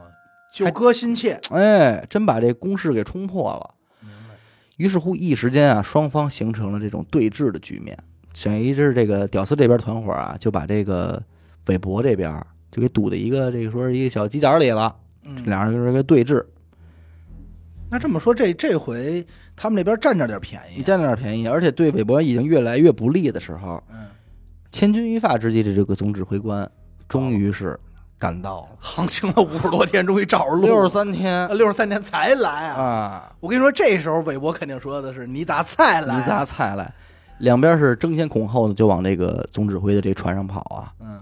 [SPEAKER 2] 九哥心切，
[SPEAKER 1] 哎，真把这攻势给冲破了。
[SPEAKER 2] 明白？
[SPEAKER 1] 于是乎，一时间啊，双方形成了这种对峙的局面。等于是这个屌丝这边团伙啊，就把这个韦伯这边就给堵在一个这个说是一个小犄角里了，
[SPEAKER 2] 嗯，
[SPEAKER 1] 俩人就是个对峙。
[SPEAKER 2] 那这么说，这这回他们那边占着点便
[SPEAKER 1] 你
[SPEAKER 2] 宜，
[SPEAKER 1] 占点便宜，而且对韦伯已经越来越不利的时候，
[SPEAKER 2] 嗯，
[SPEAKER 1] 千钧一发之际的这个总指挥官终于是赶到了，
[SPEAKER 2] 行情了五十多天，终于找着
[SPEAKER 3] 哦
[SPEAKER 2] 路，
[SPEAKER 1] 六十三天
[SPEAKER 2] 六十三天才来啊！
[SPEAKER 1] 啊，
[SPEAKER 2] 我跟你说，这时候韦伯肯定说的是你咋才来？啊
[SPEAKER 1] 你砸？菜来，两边是争先恐后的就往这个总指挥的这船上跑啊。
[SPEAKER 2] 嗯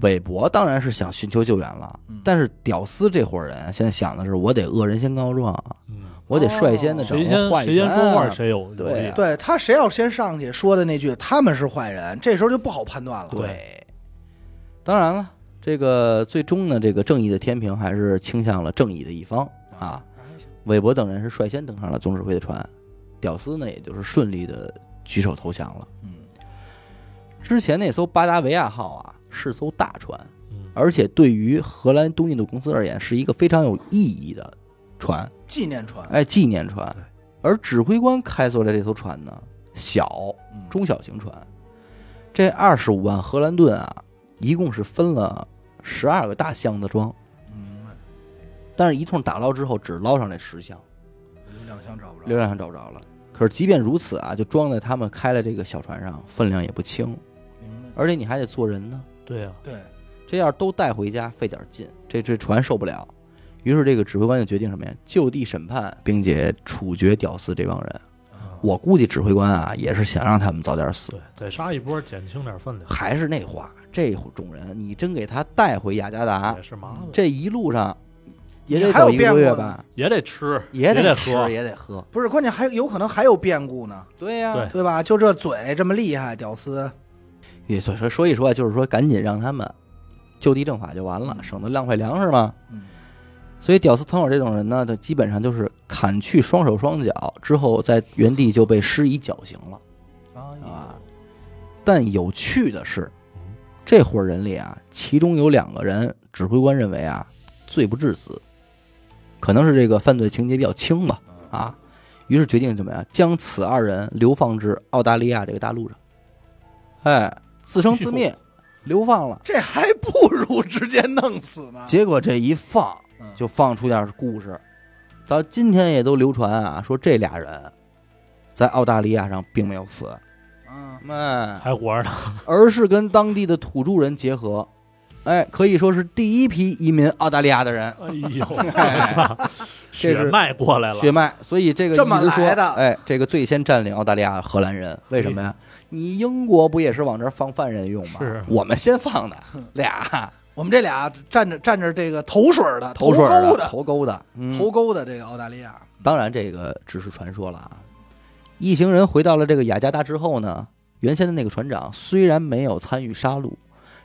[SPEAKER 1] 韦伯当然是想寻求救援了，
[SPEAKER 2] 嗯
[SPEAKER 1] 但是屌丝这伙人现在想的是，我得恶人先告状啊，
[SPEAKER 3] 嗯，
[SPEAKER 1] 我得率先的掌
[SPEAKER 3] 谁
[SPEAKER 1] 握
[SPEAKER 3] 先
[SPEAKER 1] 话语
[SPEAKER 3] 谁
[SPEAKER 1] 权
[SPEAKER 3] 先
[SPEAKER 1] 啊、
[SPEAKER 3] 说话谁有有
[SPEAKER 1] 对
[SPEAKER 3] 利
[SPEAKER 1] 啊，
[SPEAKER 2] 对他谁要先上去说的那句他们是坏人，这时候就不好判断了。
[SPEAKER 1] 对，当然了，这个最终呢，这个正义的天平还是倾向了正义的一方啊。
[SPEAKER 2] 哎行
[SPEAKER 1] 韦伯等人是率先登上了总指挥的船，屌丝呢也就是顺利的举手投降了。
[SPEAKER 2] 嗯，
[SPEAKER 1] 之前那艘巴达维亚号啊是艘大船，
[SPEAKER 3] 嗯，
[SPEAKER 1] 而且对于荷兰东印度公司而言是一个非常有意义的船，
[SPEAKER 2] 纪念船，
[SPEAKER 1] 哎，纪念船
[SPEAKER 3] 对。
[SPEAKER 1] 而指挥官开出来这艘船呢，小
[SPEAKER 2] 嗯
[SPEAKER 1] 哎中小型船，这二十五万荷兰盾啊，一共是分了十二个大箱子装，
[SPEAKER 2] 嗯明白，
[SPEAKER 1] 但是一通打捞之后只捞上来十箱，
[SPEAKER 2] 有两箱找不着。
[SPEAKER 1] 流量上找不着了。可是即便如此啊，就装在他们开的这个小船上，分量也不轻，
[SPEAKER 2] 明白，
[SPEAKER 1] 而且你还得做人呢。
[SPEAKER 3] 对啊呀，
[SPEAKER 2] 对，
[SPEAKER 1] 这要是都带回家费点劲，这这船受不了。于是这个指挥官就决定什么呀？就地审判，并且处决屌丝这帮人。
[SPEAKER 2] 啊
[SPEAKER 1] 我估计指挥官啊，也是想让他们早点死。
[SPEAKER 3] 对，再杀一波，减轻点分量，
[SPEAKER 1] 还是那话，这种人你真给他带回雅加达
[SPEAKER 3] 也，是麻烦，
[SPEAKER 1] 啊这一路上也
[SPEAKER 2] 你
[SPEAKER 1] 得
[SPEAKER 2] 还有
[SPEAKER 1] 走一
[SPEAKER 2] 变
[SPEAKER 1] 个
[SPEAKER 2] 过
[SPEAKER 1] 月
[SPEAKER 2] 呢
[SPEAKER 1] 吧，
[SPEAKER 3] 也得吃，
[SPEAKER 1] 也
[SPEAKER 3] 得
[SPEAKER 1] 吃
[SPEAKER 3] 喝，
[SPEAKER 1] 也得喝。
[SPEAKER 2] 不是关键还有可能还有变故呢，
[SPEAKER 1] 对呀、
[SPEAKER 3] 对
[SPEAKER 2] 对吧？就这嘴这么厉害，屌丝，
[SPEAKER 1] 也所以说说一说啊，就是说赶紧让他们就地正法就完了，省得浪费粮食嘛。
[SPEAKER 2] 嗯，
[SPEAKER 1] 所以屌丝腾友这种人呢，他基本上就是砍去双手双脚之后，在原地就被施以绞刑了
[SPEAKER 2] 啊
[SPEAKER 1] 啊，。但有趣的是
[SPEAKER 3] 嗯，
[SPEAKER 1] 这伙人里啊，其中有两个人，指挥官认为啊，罪不至死，可能是这个犯罪情节比较轻吧啊，于是决定怎么样，将此二人流放至澳大利亚这个大陆上，哎，自生自灭，流放了。
[SPEAKER 2] 这还不如直接弄死呢。
[SPEAKER 1] 结果这一放，
[SPEAKER 2] 嗯
[SPEAKER 1] 就放出点故事，到今天也都流传啊，说这俩人在澳大利亚上并没有死，
[SPEAKER 2] 啊，
[SPEAKER 1] 嗯，
[SPEAKER 3] 还活着呢，
[SPEAKER 1] 而是跟当地的土著人结合，哎，可以说是第一批移民澳大利亚的人，
[SPEAKER 3] 哎呦，
[SPEAKER 1] 哎 *laughs* 这
[SPEAKER 3] 血
[SPEAKER 1] 是
[SPEAKER 3] 脉过来了
[SPEAKER 1] 血，脉，所以这个
[SPEAKER 2] 这么
[SPEAKER 1] 一直说
[SPEAKER 2] 来的
[SPEAKER 1] 哎，这个最先占领澳大利亚的荷兰人，为什么呀？你英国不也是往这儿放犯人用吗？
[SPEAKER 3] 是啊
[SPEAKER 1] 我们先放的俩
[SPEAKER 2] 我们这俩站着站着这个头水儿的
[SPEAKER 1] 头水儿
[SPEAKER 2] 钩
[SPEAKER 1] 的
[SPEAKER 2] 的
[SPEAKER 1] 头钩的，嗯
[SPEAKER 2] 头钩的这个澳大利亚，
[SPEAKER 1] 当然，这个只是传说了啊。一行人回到了这个雅加达之后呢，原先的那个船长虽然没有参与杀戮，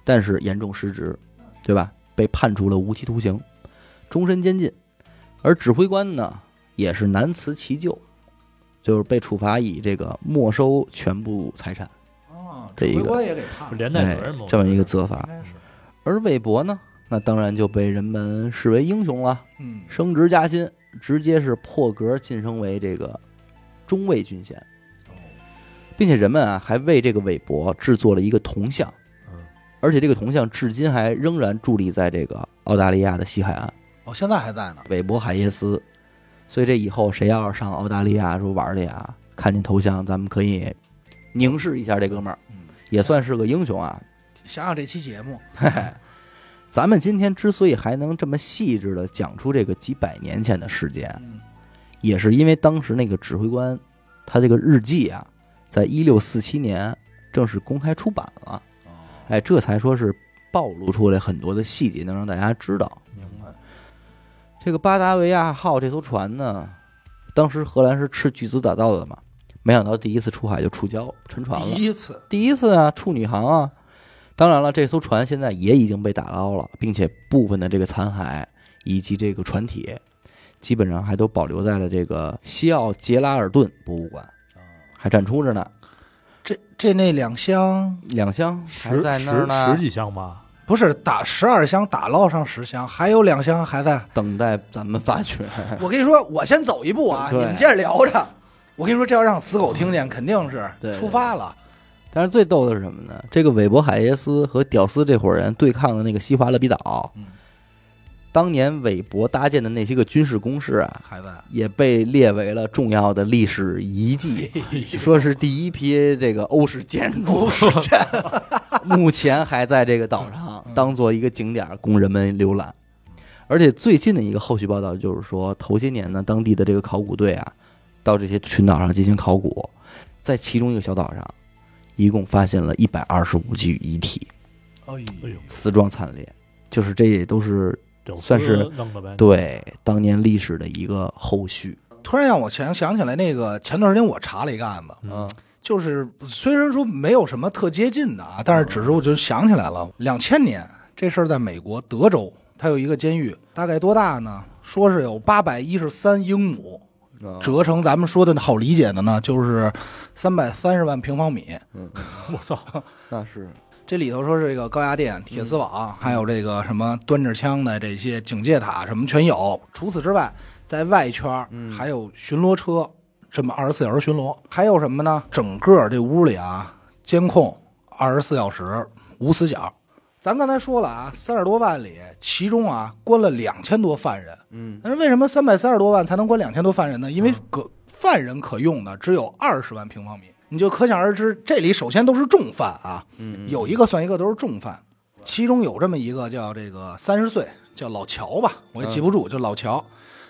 [SPEAKER 1] 但是严重失职，对吧？被判处了无期徒刑，终身监禁。而指挥官呢，也是难辞其咎，就是被处罚以这个没收全部财产
[SPEAKER 2] 哦，
[SPEAKER 1] 嗯这一个
[SPEAKER 2] 指挥官也给判了，
[SPEAKER 3] 啊连带
[SPEAKER 1] 哎
[SPEAKER 3] 责任嘛，
[SPEAKER 1] 这么一个责罚
[SPEAKER 2] 应。该是，
[SPEAKER 1] 而韦伯呢，那当然就被人们视为英雄了，
[SPEAKER 2] 嗯，
[SPEAKER 1] 升职加薪，直接是破格晋升为这个中尉军衔。并且人们啊还为这个韦伯制作了一个铜像，
[SPEAKER 3] 嗯，
[SPEAKER 1] 而且这个铜像至今还仍然伫立在这个澳大利亚的西海岸
[SPEAKER 2] 哦，现在还在呢，
[SPEAKER 1] 韦伯海耶斯。所以这以后谁要是上澳大利亚说玩儿去啊，看见头像，咱们可以凝视一下这哥们儿，
[SPEAKER 2] 嗯，
[SPEAKER 1] 也算是个英雄啊。
[SPEAKER 2] 想想这期节目，
[SPEAKER 1] 咱们今天之所以还能这么细致的讲出这个几百年前的事件，
[SPEAKER 2] 嗯，
[SPEAKER 1] 也是因为当时那个指挥官他这个日记啊，在一六四七年正式公开出版了。
[SPEAKER 2] 哦，
[SPEAKER 1] 哎，这才说是暴露出来很多的细节，能让大家知道
[SPEAKER 2] 明白，
[SPEAKER 1] 这个巴达维亚号这艘船呢，当时荷兰是斥巨资打造的嘛，没想到第一次出海就触礁沉船了
[SPEAKER 2] 第。一次，
[SPEAKER 1] 第一次啊，处女航啊，当然了，这艘船现在也已经被打捞了，并且部分的这个残骸以及这个船体，基本上还都保留在了这个西奥杰拉尔顿博物馆，
[SPEAKER 2] 哦
[SPEAKER 1] 还展出着呢。
[SPEAKER 2] 这这那两箱
[SPEAKER 1] 两箱还
[SPEAKER 3] 十
[SPEAKER 1] 在那儿
[SPEAKER 3] 十
[SPEAKER 1] 呢
[SPEAKER 3] 十，几箱吧，
[SPEAKER 2] 不是打十二箱打捞上十箱，还有两箱还在。
[SPEAKER 1] 等待咱们发掘。 *laughs*
[SPEAKER 2] 我跟你说，我先走一步啊，你
[SPEAKER 1] 对
[SPEAKER 2] 们接着聊着。我跟你说，这要让死狗听见，肯定是
[SPEAKER 1] 对对
[SPEAKER 2] 出发了。
[SPEAKER 1] 但是最逗的是什么呢？这个韦伯海耶斯和屌丝这伙人对抗的那个西华勒比岛，
[SPEAKER 2] 嗯
[SPEAKER 1] 当年韦伯搭建的那些个军事工事啊，
[SPEAKER 2] 还在
[SPEAKER 1] 也被列为了重要的历史遗迹，说是第一批这个欧式建筑，目前还在这个岛上当做一个景点儿供人们浏览。而且最近的一个后续报道就是说，头些年呢，当地的这个考古队啊，到这些群岛上进行考古，在其中一个小岛上，一共发现了一百二十五具遗体，
[SPEAKER 3] 哎呦，
[SPEAKER 1] 死状惨烈，就是这也都是
[SPEAKER 3] 屌丝
[SPEAKER 1] 算是
[SPEAKER 3] 弄的呗。
[SPEAKER 1] 对当年历史的一个后续。
[SPEAKER 2] 突然让我想想起来，那个前段时间我查了一个案子，
[SPEAKER 3] 嗯，
[SPEAKER 2] 就是虽然说没有什么特接近的啊，但是只是我就想起来了，两千年这事儿在美国德州，它有一个监狱，大概多大呢？说是有八百一十三英亩，
[SPEAKER 1] 嗯
[SPEAKER 2] 折成咱们说的好理解的呢，就是三百三十万平方米。
[SPEAKER 3] *laughs* 我操，
[SPEAKER 1] 那是
[SPEAKER 2] 这里头说是这个高压电、铁丝网，还有这个什么端着枪的这些警戒塔，什么全有。除此之外，在外圈儿还有巡逻车，这么二十四小时巡逻。还有什么呢？整个这屋里啊，监控二十四小时无死角。咱刚才说了啊，三十多万里，其中啊关了两千多犯人。嗯，但是为什么三百三十多万才能关两千多犯人呢？因
[SPEAKER 3] 嗯
[SPEAKER 2] 为可犯人可用的只有二十万平方米，你就可想而知，这里首先都是重犯啊，
[SPEAKER 3] 嗯
[SPEAKER 2] 有一个算一个都是重犯，其中有这么一个叫这个三十岁叫老乔吧，我也记不
[SPEAKER 3] 嗯
[SPEAKER 2] 住，就老乔，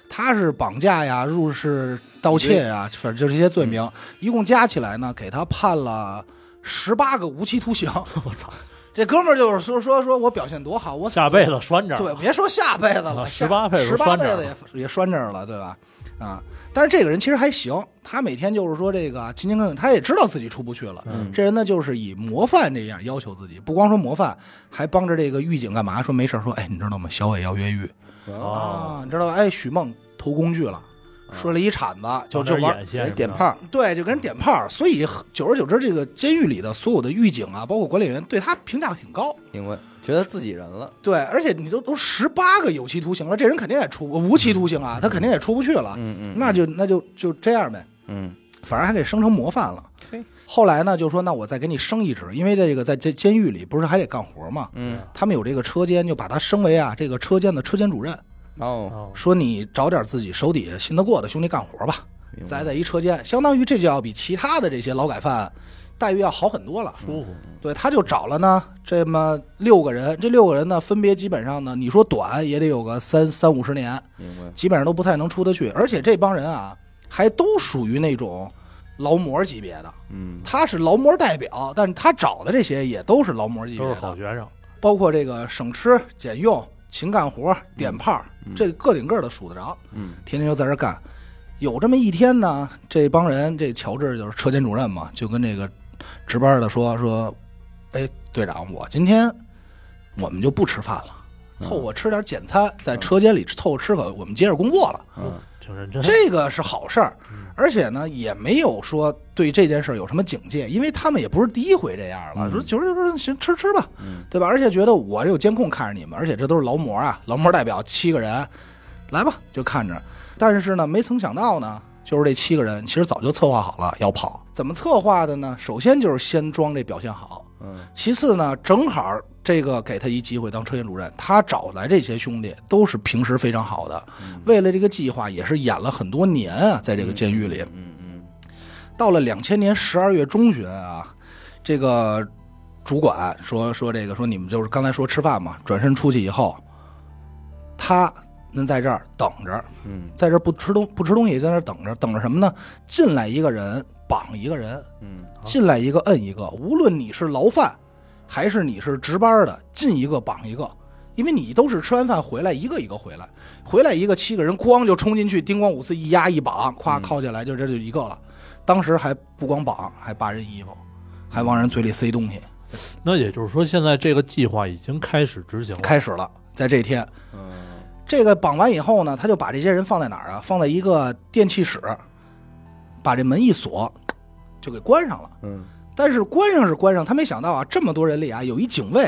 [SPEAKER 2] 他是绑架呀、入室盗窃呀，反正就这些罪
[SPEAKER 3] 嗯
[SPEAKER 2] 名，一共加起来呢，给他判了十八个无期徒刑。
[SPEAKER 3] *laughs* 我操，
[SPEAKER 2] 这哥们儿就是说说说我表现多好，我死
[SPEAKER 3] 下辈子拴着。
[SPEAKER 2] 对，别说下辈子了，
[SPEAKER 3] 啊18辈子
[SPEAKER 2] 十
[SPEAKER 3] 都
[SPEAKER 2] 八
[SPEAKER 3] 拴
[SPEAKER 2] 辈
[SPEAKER 3] 这儿
[SPEAKER 2] 子也也拴这儿了，对吧？啊，但是这个人其实还行，他每天就是说这个勤勤恳恳，他也知道自己出不去了。
[SPEAKER 3] 嗯
[SPEAKER 2] 这人呢，就是以模范这样要求自己，不光说模范，还帮着这个狱警干嘛？说没事儿，说哎，你知道吗？小伟要越狱
[SPEAKER 3] 哦，嗯
[SPEAKER 2] 啊，你知道吧？哎，许梦投工具了，摔了一铲子，就就
[SPEAKER 3] 往那儿
[SPEAKER 2] 玩哎
[SPEAKER 3] 演线
[SPEAKER 1] 点
[SPEAKER 3] 什么的
[SPEAKER 1] 炮，
[SPEAKER 2] 对，就给人点炮，所以久而久之，这个监狱里的所有的狱警啊，包括管理员，对他评价挺高。
[SPEAKER 1] 因为觉得自己人了。
[SPEAKER 2] 对，而且你都都十八个有期徒刑了，这人肯定也出无期徒刑啊，他肯定也出不去了，
[SPEAKER 1] 嗯嗯
[SPEAKER 2] 那就那就就这样呗，
[SPEAKER 1] 嗯
[SPEAKER 2] 反正还给升成模范了
[SPEAKER 1] 嘿。
[SPEAKER 2] 后来呢，就说那我再给你升一职，因为这个在监监狱里不是还得干活嘛，
[SPEAKER 1] 嗯，
[SPEAKER 2] 他们有这个车间，就把他升为啊这个车间的车间主任，
[SPEAKER 1] 哦，
[SPEAKER 3] 哦，
[SPEAKER 2] 说你找点自己手底下信得过的兄弟干活吧，
[SPEAKER 1] 明白
[SPEAKER 2] 栽在一车间，相当于这就要比其他的这些劳改犯待遇要好很多了。
[SPEAKER 3] 舒服，
[SPEAKER 2] 对，他就找了呢这么六个人，这六个人呢分别基本上呢，你说短也得有个三三五十年，
[SPEAKER 1] 明白，
[SPEAKER 2] 基本上都不太能出得去。而且这帮人啊，还都属于那种劳模级别的，
[SPEAKER 1] 嗯
[SPEAKER 2] 他是劳模代表，但是他找的这些也都是劳模级别
[SPEAKER 3] 都是
[SPEAKER 2] 的，
[SPEAKER 3] 好学生。
[SPEAKER 2] 包括这个省吃俭用、勤干活、点炮，这个顶个儿的数得着，
[SPEAKER 1] 嗯
[SPEAKER 2] 天天就在这干。有这么一天呢，这帮人，这乔治就是车间主任嘛，就跟这个值班的说说，哎，队长，我今天我们就不吃饭了，凑合吃点简餐，在车间里凑合吃口，我们接着工作了。
[SPEAKER 1] 嗯
[SPEAKER 3] 挺认真。
[SPEAKER 2] 这个是好事儿
[SPEAKER 3] 嗯，
[SPEAKER 2] 而且呢，也没有说对这件事儿有什么警戒，因为他们也不是第一回这样了，
[SPEAKER 1] 嗯
[SPEAKER 2] 说九十九说行吃吃吧，
[SPEAKER 1] 嗯
[SPEAKER 2] 对吧？而且觉得我有监控看着你们，而且这都是劳模啊，劳模代表七个人，来吧，就看着。但是呢，没曾想到呢，就是这七个人其实早就策划好了要跑，怎么策划的呢？首先就是先装这表现好，
[SPEAKER 1] 嗯
[SPEAKER 2] 其次呢，正好这个给他一机会当车间主任，他找来这些兄弟都是平时非常好的，
[SPEAKER 1] 嗯
[SPEAKER 2] 为了这个计划也是演了很多年啊，在这个监狱里。
[SPEAKER 1] 嗯嗯
[SPEAKER 2] 到了两千年十二月中旬啊，这个主管说说这个说你们就是刚才说吃饭嘛，转身出去以后，他恁在这儿等着，
[SPEAKER 1] 嗯
[SPEAKER 2] 在这儿不吃东不吃东西，在那儿等着，等着什么呢？进来一个人绑一个人，
[SPEAKER 1] 嗯
[SPEAKER 2] 进来一个摁一个，无论你是牢犯还是你是值班的，进一个绑一个。因为你都是吃完饭回来，一个一个回来，回来一个七个人，咣就冲进去，叮咣五次一压一绑，咵铐起来，就这就一个了。当时还不光绑，还扒人衣服，还往人嘴里塞东西。
[SPEAKER 3] 那也就是说，现在这个计划已经开始执行了。
[SPEAKER 2] 开始了，在这天，
[SPEAKER 1] 嗯，
[SPEAKER 2] 这个绑完以后呢，他就把这些人放在哪儿啊？放在一个电器室，把这门一锁，就给关上了。
[SPEAKER 1] 嗯
[SPEAKER 2] 但是关上是关上，他没想到啊，这么多人里啊，有一警卫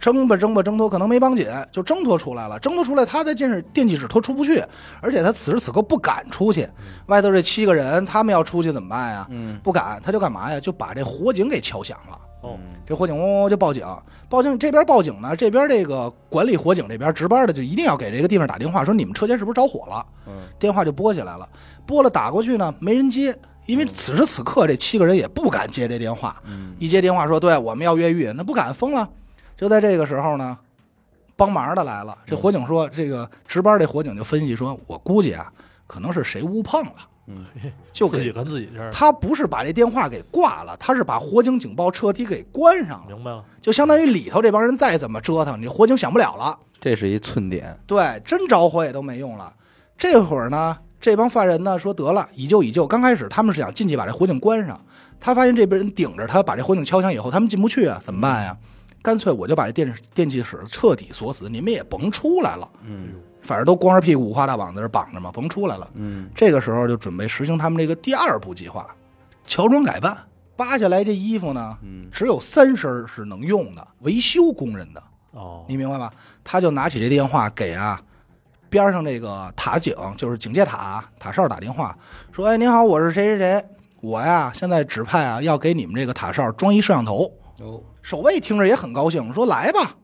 [SPEAKER 2] 挣吧挣吧挣脱，可能没绑紧，就挣脱出来了。挣脱出来，他在电视电器室他出不去，而且他此时此刻不敢出去。外头这七个人，他们要出去怎么办呀？
[SPEAKER 1] 嗯
[SPEAKER 2] 不敢，他就干嘛呀？就把这火警给敲响了。
[SPEAKER 3] 哦，
[SPEAKER 1] 嗯
[SPEAKER 2] 这火警嗡嗡嗡就报警，报警这边报警呢，这边这个管理火警这边值班的就一定要给这个地方打电话，说你们车间是不是着火了？
[SPEAKER 1] 嗯
[SPEAKER 2] 电话就拨起来了，拨了打过去呢没人接，因为此时此刻这七个人也不敢接这电话，
[SPEAKER 1] 嗯
[SPEAKER 2] 一接电话说对我们要越狱，那不敢疯了。就在这个时候呢，帮忙的来了，这火警说这个值班这火警就分析说，我估计啊可能是谁误碰了，
[SPEAKER 1] 嗯
[SPEAKER 2] 就
[SPEAKER 3] 自己
[SPEAKER 2] 给
[SPEAKER 3] 跟自己这儿，
[SPEAKER 2] 他不是把这电话给挂了，他是把火警警报彻底给关上了，
[SPEAKER 3] 明白了，
[SPEAKER 2] 就相当于里头这帮人再怎么折腾，你火警响不了了。
[SPEAKER 1] 这是一寸点，
[SPEAKER 2] 对，真着火也都没用了。这会儿呢，这帮犯人呢说得了，以旧以旧。刚开始他们是想进去把这火警关上，他发现这边人顶着他把这火警敲响以后，他们进不去啊，怎么办呀？干脆我就把这电电器室彻底锁死，你们也甭出来了，
[SPEAKER 1] 嗯
[SPEAKER 2] 反正都光着屁股五花大绑在这儿绑着嘛，甭出来了。
[SPEAKER 1] 嗯
[SPEAKER 2] 这个时候就准备实行他们这个第二步计划，乔装改扮。扒下来这衣服呢，
[SPEAKER 1] 嗯
[SPEAKER 2] 只有三身儿是能用的，维修工人的。
[SPEAKER 3] 哦，
[SPEAKER 2] 你明白吧？他就拿起这电话给啊边上这个塔警，就是警戒塔塔哨打电话，说：“哎，您好，我是谁谁谁，我呀现在指派啊要给你们这个塔哨装一摄像头。
[SPEAKER 1] 哦”
[SPEAKER 2] 守卫听着也很高兴，说：“来吧。”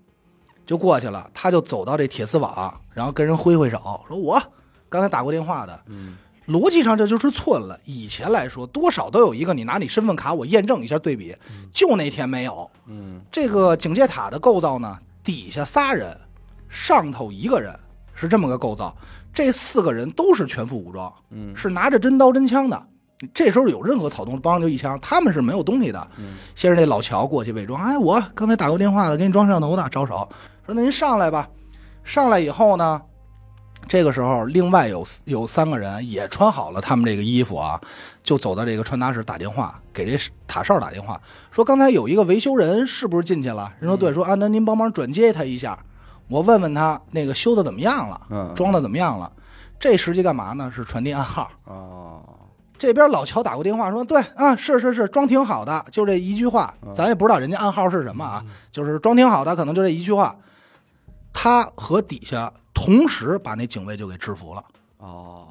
[SPEAKER 2] 就过去了，他就走到这铁丝网，然后跟人挥挥手，说：“我刚才打过电话的。”
[SPEAKER 1] 嗯
[SPEAKER 2] 逻辑上这就是寸了。以前来说，多少都有一个你拿你身份卡我验证一下对比，就那天没有。
[SPEAKER 1] 嗯
[SPEAKER 2] 这个警戒塔的构造呢，底下仨人，上头一个人，是这么个构造。这四个人都是全副武装，
[SPEAKER 1] 嗯
[SPEAKER 2] 是拿着真刀真枪的。这时候有任何草动，帮就一枪，他们是没有东西的。
[SPEAKER 1] 嗯
[SPEAKER 2] 先是那老乔过去伪装，哎，我刚才打过电话了，给你装摄像头呢，招手说那您上来吧。上来以后呢，这个时候另外有有三个人也穿好了他们这个衣服啊，就走到这个传达室打电话，给这塔哨打电话，说刚才有一个维修人是不是进去了？人说
[SPEAKER 1] 嗯
[SPEAKER 2] 对，说啊，那您帮忙转接他一下，我问问他那个修的怎么样了，
[SPEAKER 1] 嗯
[SPEAKER 2] 装的怎么样了。这实际干嘛呢？是传递暗号。
[SPEAKER 1] 哦
[SPEAKER 2] 这边老乔打过电话说，对啊，是是是，装挺好的，就这一句话，
[SPEAKER 1] 嗯
[SPEAKER 2] 咱也不知道人家暗号是什么啊，就是装挺好的，可能就这一句话。他和底下同时把那警卫就给制服了，
[SPEAKER 1] 哦，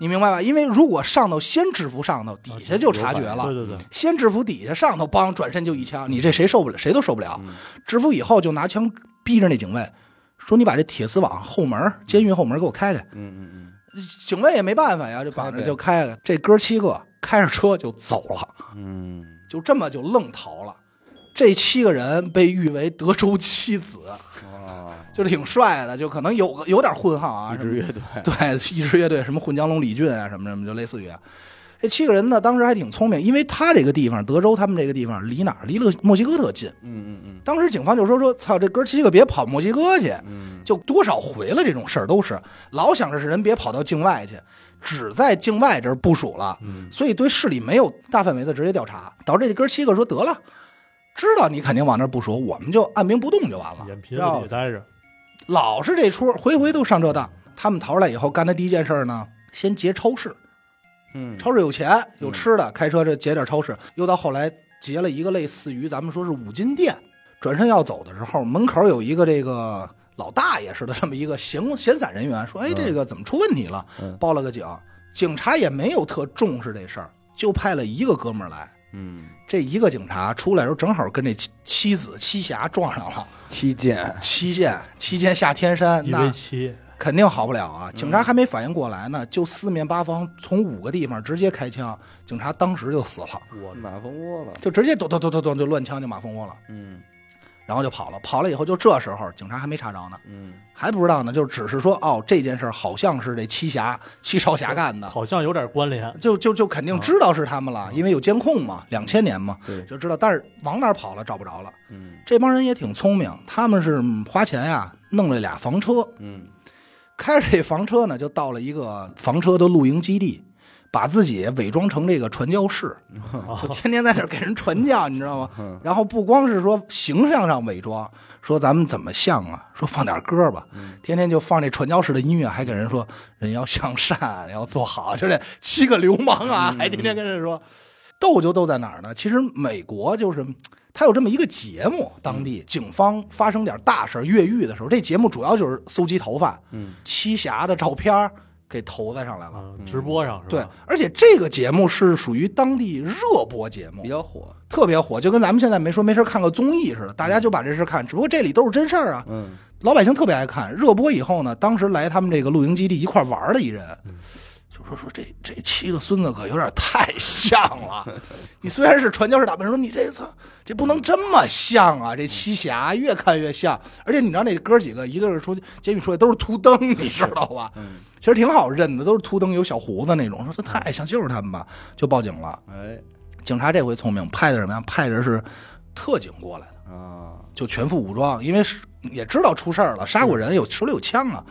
[SPEAKER 2] 你明白吧？因为如果上头先制服上头，底下就察觉
[SPEAKER 1] 哦有
[SPEAKER 2] 了，
[SPEAKER 3] 对对对，
[SPEAKER 2] 先制服底下，上头梆转身就一枪，你这谁受不了？谁都受不了
[SPEAKER 1] 嗯。
[SPEAKER 2] 制服以后就拿枪逼着那警卫，说你把这铁丝网后门、监狱后门给我开开。
[SPEAKER 1] 嗯嗯
[SPEAKER 2] 警卫也没办法呀，就绑着就开开。这哥七个开着车就走了，
[SPEAKER 1] 嗯
[SPEAKER 2] 就这么就愣逃了。这七个人被誉为德州七子，
[SPEAKER 1] 嗯哦，
[SPEAKER 2] 就是挺帅的，就可能有个有点混号啊，
[SPEAKER 1] 一
[SPEAKER 2] 什么
[SPEAKER 1] 支乐队，
[SPEAKER 2] *laughs* 对，一支乐队，什么混江龙李俊啊，什么什么，就类似于啊。这七个人呢，当时还挺聪明，因为他这个地方，德州他们这个地方离哪儿？离了墨西哥特近。
[SPEAKER 1] 嗯嗯嗯
[SPEAKER 2] 当时警方就说说，操，这哥七个别跑墨西哥去，
[SPEAKER 1] 嗯
[SPEAKER 2] 就多少回了这种事儿都是，老想着是人别跑到境外去，只在境外这儿部署了，
[SPEAKER 3] 嗯，
[SPEAKER 2] 所以对市里没有大范围的直接调查，导致这哥七个说得了，知道你肯定往那儿部署，我们就按兵不动就完了。
[SPEAKER 3] 眼皮子里待着，
[SPEAKER 2] 老是这出，回回都上这当。他们逃出来以后干的第一件事呢，先劫超市，
[SPEAKER 1] 嗯，
[SPEAKER 2] 超市有钱有吃的，开车这劫点超市。又到后来劫了一个类似于咱们说是五金店，转身要走的时候，门口有一个这个老大爷似的这么一个闲
[SPEAKER 1] *laughs*
[SPEAKER 2] 闲散人员，说：“哎，
[SPEAKER 1] 嗯
[SPEAKER 2] 这个怎么出问题了
[SPEAKER 1] 嗯？”
[SPEAKER 2] 报了个警，警察也没有特重视这事儿，就派了一个哥们儿来。
[SPEAKER 1] 嗯
[SPEAKER 2] 这一个警察出来的时候，正好跟这妻妻子七侠撞上了。
[SPEAKER 1] 七剑，
[SPEAKER 2] 七剑，七剑下天山，
[SPEAKER 3] 一
[SPEAKER 2] 那
[SPEAKER 3] v 七，
[SPEAKER 2] 肯定好不了
[SPEAKER 1] 嗯
[SPEAKER 2] 啊！警察还没反应过来呢，就四面八方从五个地方直接开枪，警察当时就死了，
[SPEAKER 3] 我
[SPEAKER 1] 马蜂窝了，
[SPEAKER 2] 就直接咚咚咚咚咚就乱枪就马蜂窝了，
[SPEAKER 1] 嗯
[SPEAKER 2] 然后就跑了。跑了以后，就这时候警察还没查着呢，
[SPEAKER 1] 嗯
[SPEAKER 2] 还不知道呢，就只是说哦，这件事儿好像是这七侠七少侠干的，
[SPEAKER 3] 好像有点关联，
[SPEAKER 2] 就就就肯定知道是他们了，因为有监控嘛，两千年嘛，
[SPEAKER 1] 啊对
[SPEAKER 2] 就知道。但是往哪儿跑了找不着了。
[SPEAKER 1] 嗯
[SPEAKER 2] 这帮人也挺聪明，他们是嗯花钱呀、弄了俩房车，
[SPEAKER 1] 嗯
[SPEAKER 2] 开着这房车呢，就到了一个房车的露营基地，把自己伪装成这个传教士，就天天在这儿给人传教，你知道吗？然后不光是说形象上伪装，说咱们怎么像啊，说放点歌吧，天天就放这传教士的音乐，还给人说人要向善，要做好，就这七个流氓啊，还天天跟人说。斗就斗在哪儿呢？其实美国就是它有这么一个节目，当地警方发生点大事儿越狱的时候，这节目主要就是搜集逃犯，
[SPEAKER 1] 嗯，
[SPEAKER 2] 七侠的照片儿、给投在上来了。
[SPEAKER 3] 嗯，直播上是
[SPEAKER 2] 对
[SPEAKER 3] 吧？，
[SPEAKER 2] 而且这个节目是属于当地热播节目
[SPEAKER 1] 比，较火，
[SPEAKER 2] 特别火，就跟咱们现在没说没事儿看个综艺似的，大家就把这事儿看。只不过这里都是真事儿啊，
[SPEAKER 4] 嗯，
[SPEAKER 2] 老百姓特别爱看。热播以后呢，当时来他们这个露营基地一块儿玩儿的一人
[SPEAKER 3] 嗯，
[SPEAKER 2] 就说说这这七个孙子可有点太像了。 *laughs* 你虽然是传教士打扮，说你这操这不能这么像
[SPEAKER 4] 嗯
[SPEAKER 2] 啊！这七侠越看越像，而且你知道那哥几个，一个是出去监狱出来都是秃灯，你知道吧？
[SPEAKER 4] 嗯
[SPEAKER 2] 其实挺好认的，都是秃灯有小胡子那种。说这太像，就是他们吧，就报警了。
[SPEAKER 4] 哎
[SPEAKER 2] 警察这回聪明，派的什么呀？派的是特警过来的，
[SPEAKER 4] 啊，
[SPEAKER 2] 就全副武装，因为是也知道出事儿了，杀过人，有手里有枪啊，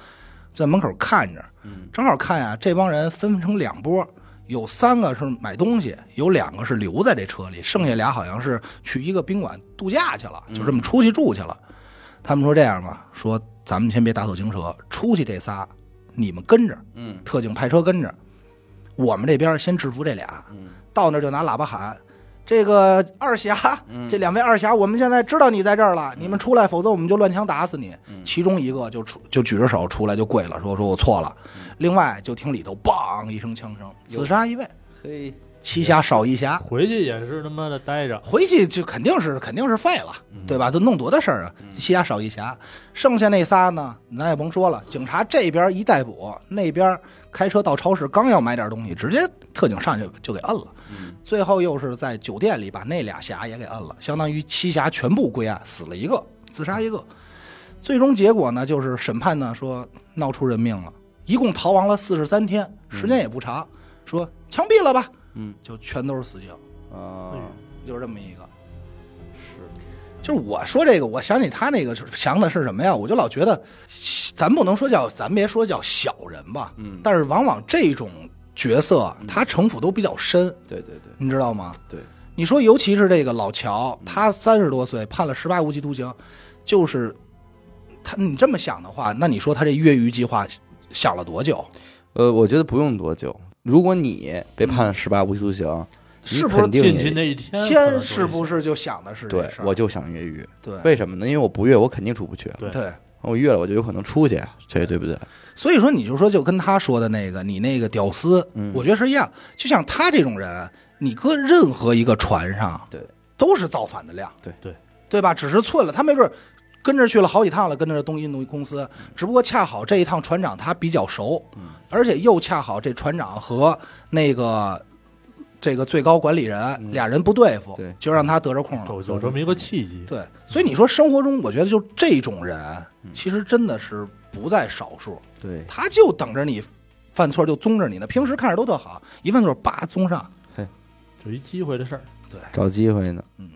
[SPEAKER 2] 在门口看着，
[SPEAKER 4] 嗯
[SPEAKER 2] 正好看呀、这帮人分成两拨，有三个是买东西，有两个是留在这车里，剩下俩好像是去一个宾馆度假去了，就这么出去住去了。
[SPEAKER 4] 嗯
[SPEAKER 2] 他们说这样吧，说咱们先别打草惊蛇，出去这仨，你们跟着，
[SPEAKER 4] 嗯
[SPEAKER 2] 特警派车跟着，我们这边先制服这俩，
[SPEAKER 4] 嗯
[SPEAKER 2] 到那儿就拿喇叭喊：“这个二侠，这两位二侠，我们现在知道你在这儿了，你们出来，否则我们就乱枪打死你。”其中一个就出就举着手出来就跪了，说：“说我错了。”另外就听里头梆一声枪声，
[SPEAKER 1] 有
[SPEAKER 2] 死杀一位，
[SPEAKER 1] 嘿，
[SPEAKER 2] 七侠少一侠，
[SPEAKER 3] 回去也是他妈的待着，
[SPEAKER 2] 回去就肯定是肯定是废了，
[SPEAKER 4] 嗯
[SPEAKER 2] 对吧？都弄多大事儿啊！七侠少一侠，剩下那仨呢，咱也甭说了。警察这边一逮捕，那边开车到超市，刚要买点东西，直接特警上去就给摁了。
[SPEAKER 4] 嗯
[SPEAKER 2] 最后又是在酒店里把那俩侠也给摁了，相当于七侠全部归案，死了一个，自杀一个。最终结果呢，就是审判呢说闹出人命了，一共逃亡了四十三天，时间也不长，说枪毙了吧，
[SPEAKER 4] 嗯
[SPEAKER 2] 就全都是死刑，
[SPEAKER 4] 啊，
[SPEAKER 2] 就是这么一个。
[SPEAKER 4] 是，
[SPEAKER 2] 就是我说这个，我想起他那个想的是什么呀？我就老觉得，咱不能说叫，咱别说叫小人吧，
[SPEAKER 4] 嗯，
[SPEAKER 2] 但是往往这种角色啊，他城府都比较深，
[SPEAKER 1] 对对对，
[SPEAKER 2] 你知道吗？
[SPEAKER 1] 嗯对，嗯
[SPEAKER 2] 你说尤其是这个老乔，他三十多岁判了十八无期徒刑，就是他你这么想的话，那你说他这越狱计划想了多久？
[SPEAKER 1] 呃，我觉得不用多久，如果你被判十八无期徒刑，
[SPEAKER 2] 是
[SPEAKER 1] 你
[SPEAKER 2] 不是
[SPEAKER 1] 肯定
[SPEAKER 3] 进去
[SPEAKER 1] 也
[SPEAKER 3] 那一天可能
[SPEAKER 2] 天
[SPEAKER 3] 都
[SPEAKER 2] 是不是就想的是啊这
[SPEAKER 1] 对
[SPEAKER 2] 事，儿？
[SPEAKER 1] 我就想越狱，
[SPEAKER 2] 对
[SPEAKER 1] 为什么呢？因为我不越，我肯定出不去，
[SPEAKER 3] 对
[SPEAKER 2] 对。
[SPEAKER 1] 我越了我就有可能出去，啊这对不对？
[SPEAKER 2] 所以说，你就说就跟他说的那个，你那个屌丝，
[SPEAKER 1] 嗯
[SPEAKER 2] 我觉得是一样。就像他这种人，你搁任何一个船上，
[SPEAKER 1] 对，
[SPEAKER 2] 都是造反的料，
[SPEAKER 1] 对
[SPEAKER 3] 对
[SPEAKER 2] 对吧？只是寸了，他没准儿跟着去了好几趟了，跟着东印度公司，只不过恰好这一趟船长他比较熟，
[SPEAKER 1] 嗯
[SPEAKER 2] 而且又恰好这船长和那个这个最高管理人俩人不对付，
[SPEAKER 1] 嗯对
[SPEAKER 2] 就让他得着空了。
[SPEAKER 3] 啊有有这么一个契机，
[SPEAKER 2] 对，所以你说生活中，我觉得就这种人，
[SPEAKER 1] 嗯
[SPEAKER 2] 其实真的是不在少数。
[SPEAKER 1] 对，
[SPEAKER 2] 他就等着你犯错就宗着你呢。平时看着都特好，一犯错叭宗上。
[SPEAKER 3] 就一机会的事儿。
[SPEAKER 1] 找机会呢。
[SPEAKER 2] 嗯，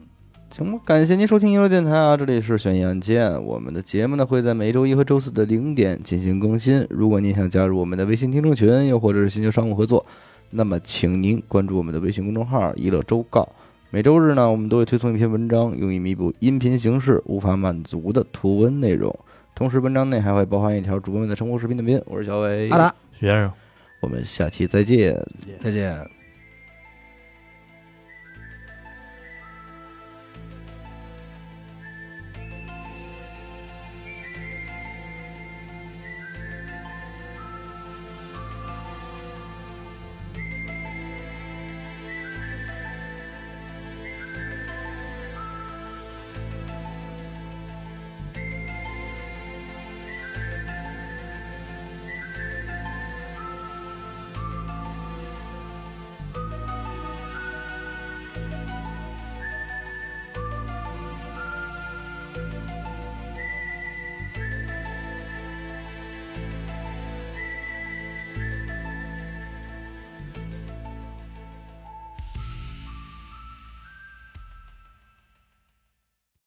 [SPEAKER 1] 行吧，感谢您收听一路电台啊，这里是悬疑案件。我们的节目呢会在每周一和周四的零点进行更新。如果您想加入我们的微信听众群，又或者是寻求商务合作，那么请您关注我们的微信公众号“一乐周告”。每周日呢，我们都会推送一篇文章，用以弥补音频形式无法满足的图文内容。同时，文章内还会包含一条主哎播们的生活视频短片。我是小伟，
[SPEAKER 2] 阿达，
[SPEAKER 3] 徐先生，
[SPEAKER 1] 我们下期再见。
[SPEAKER 2] 再见。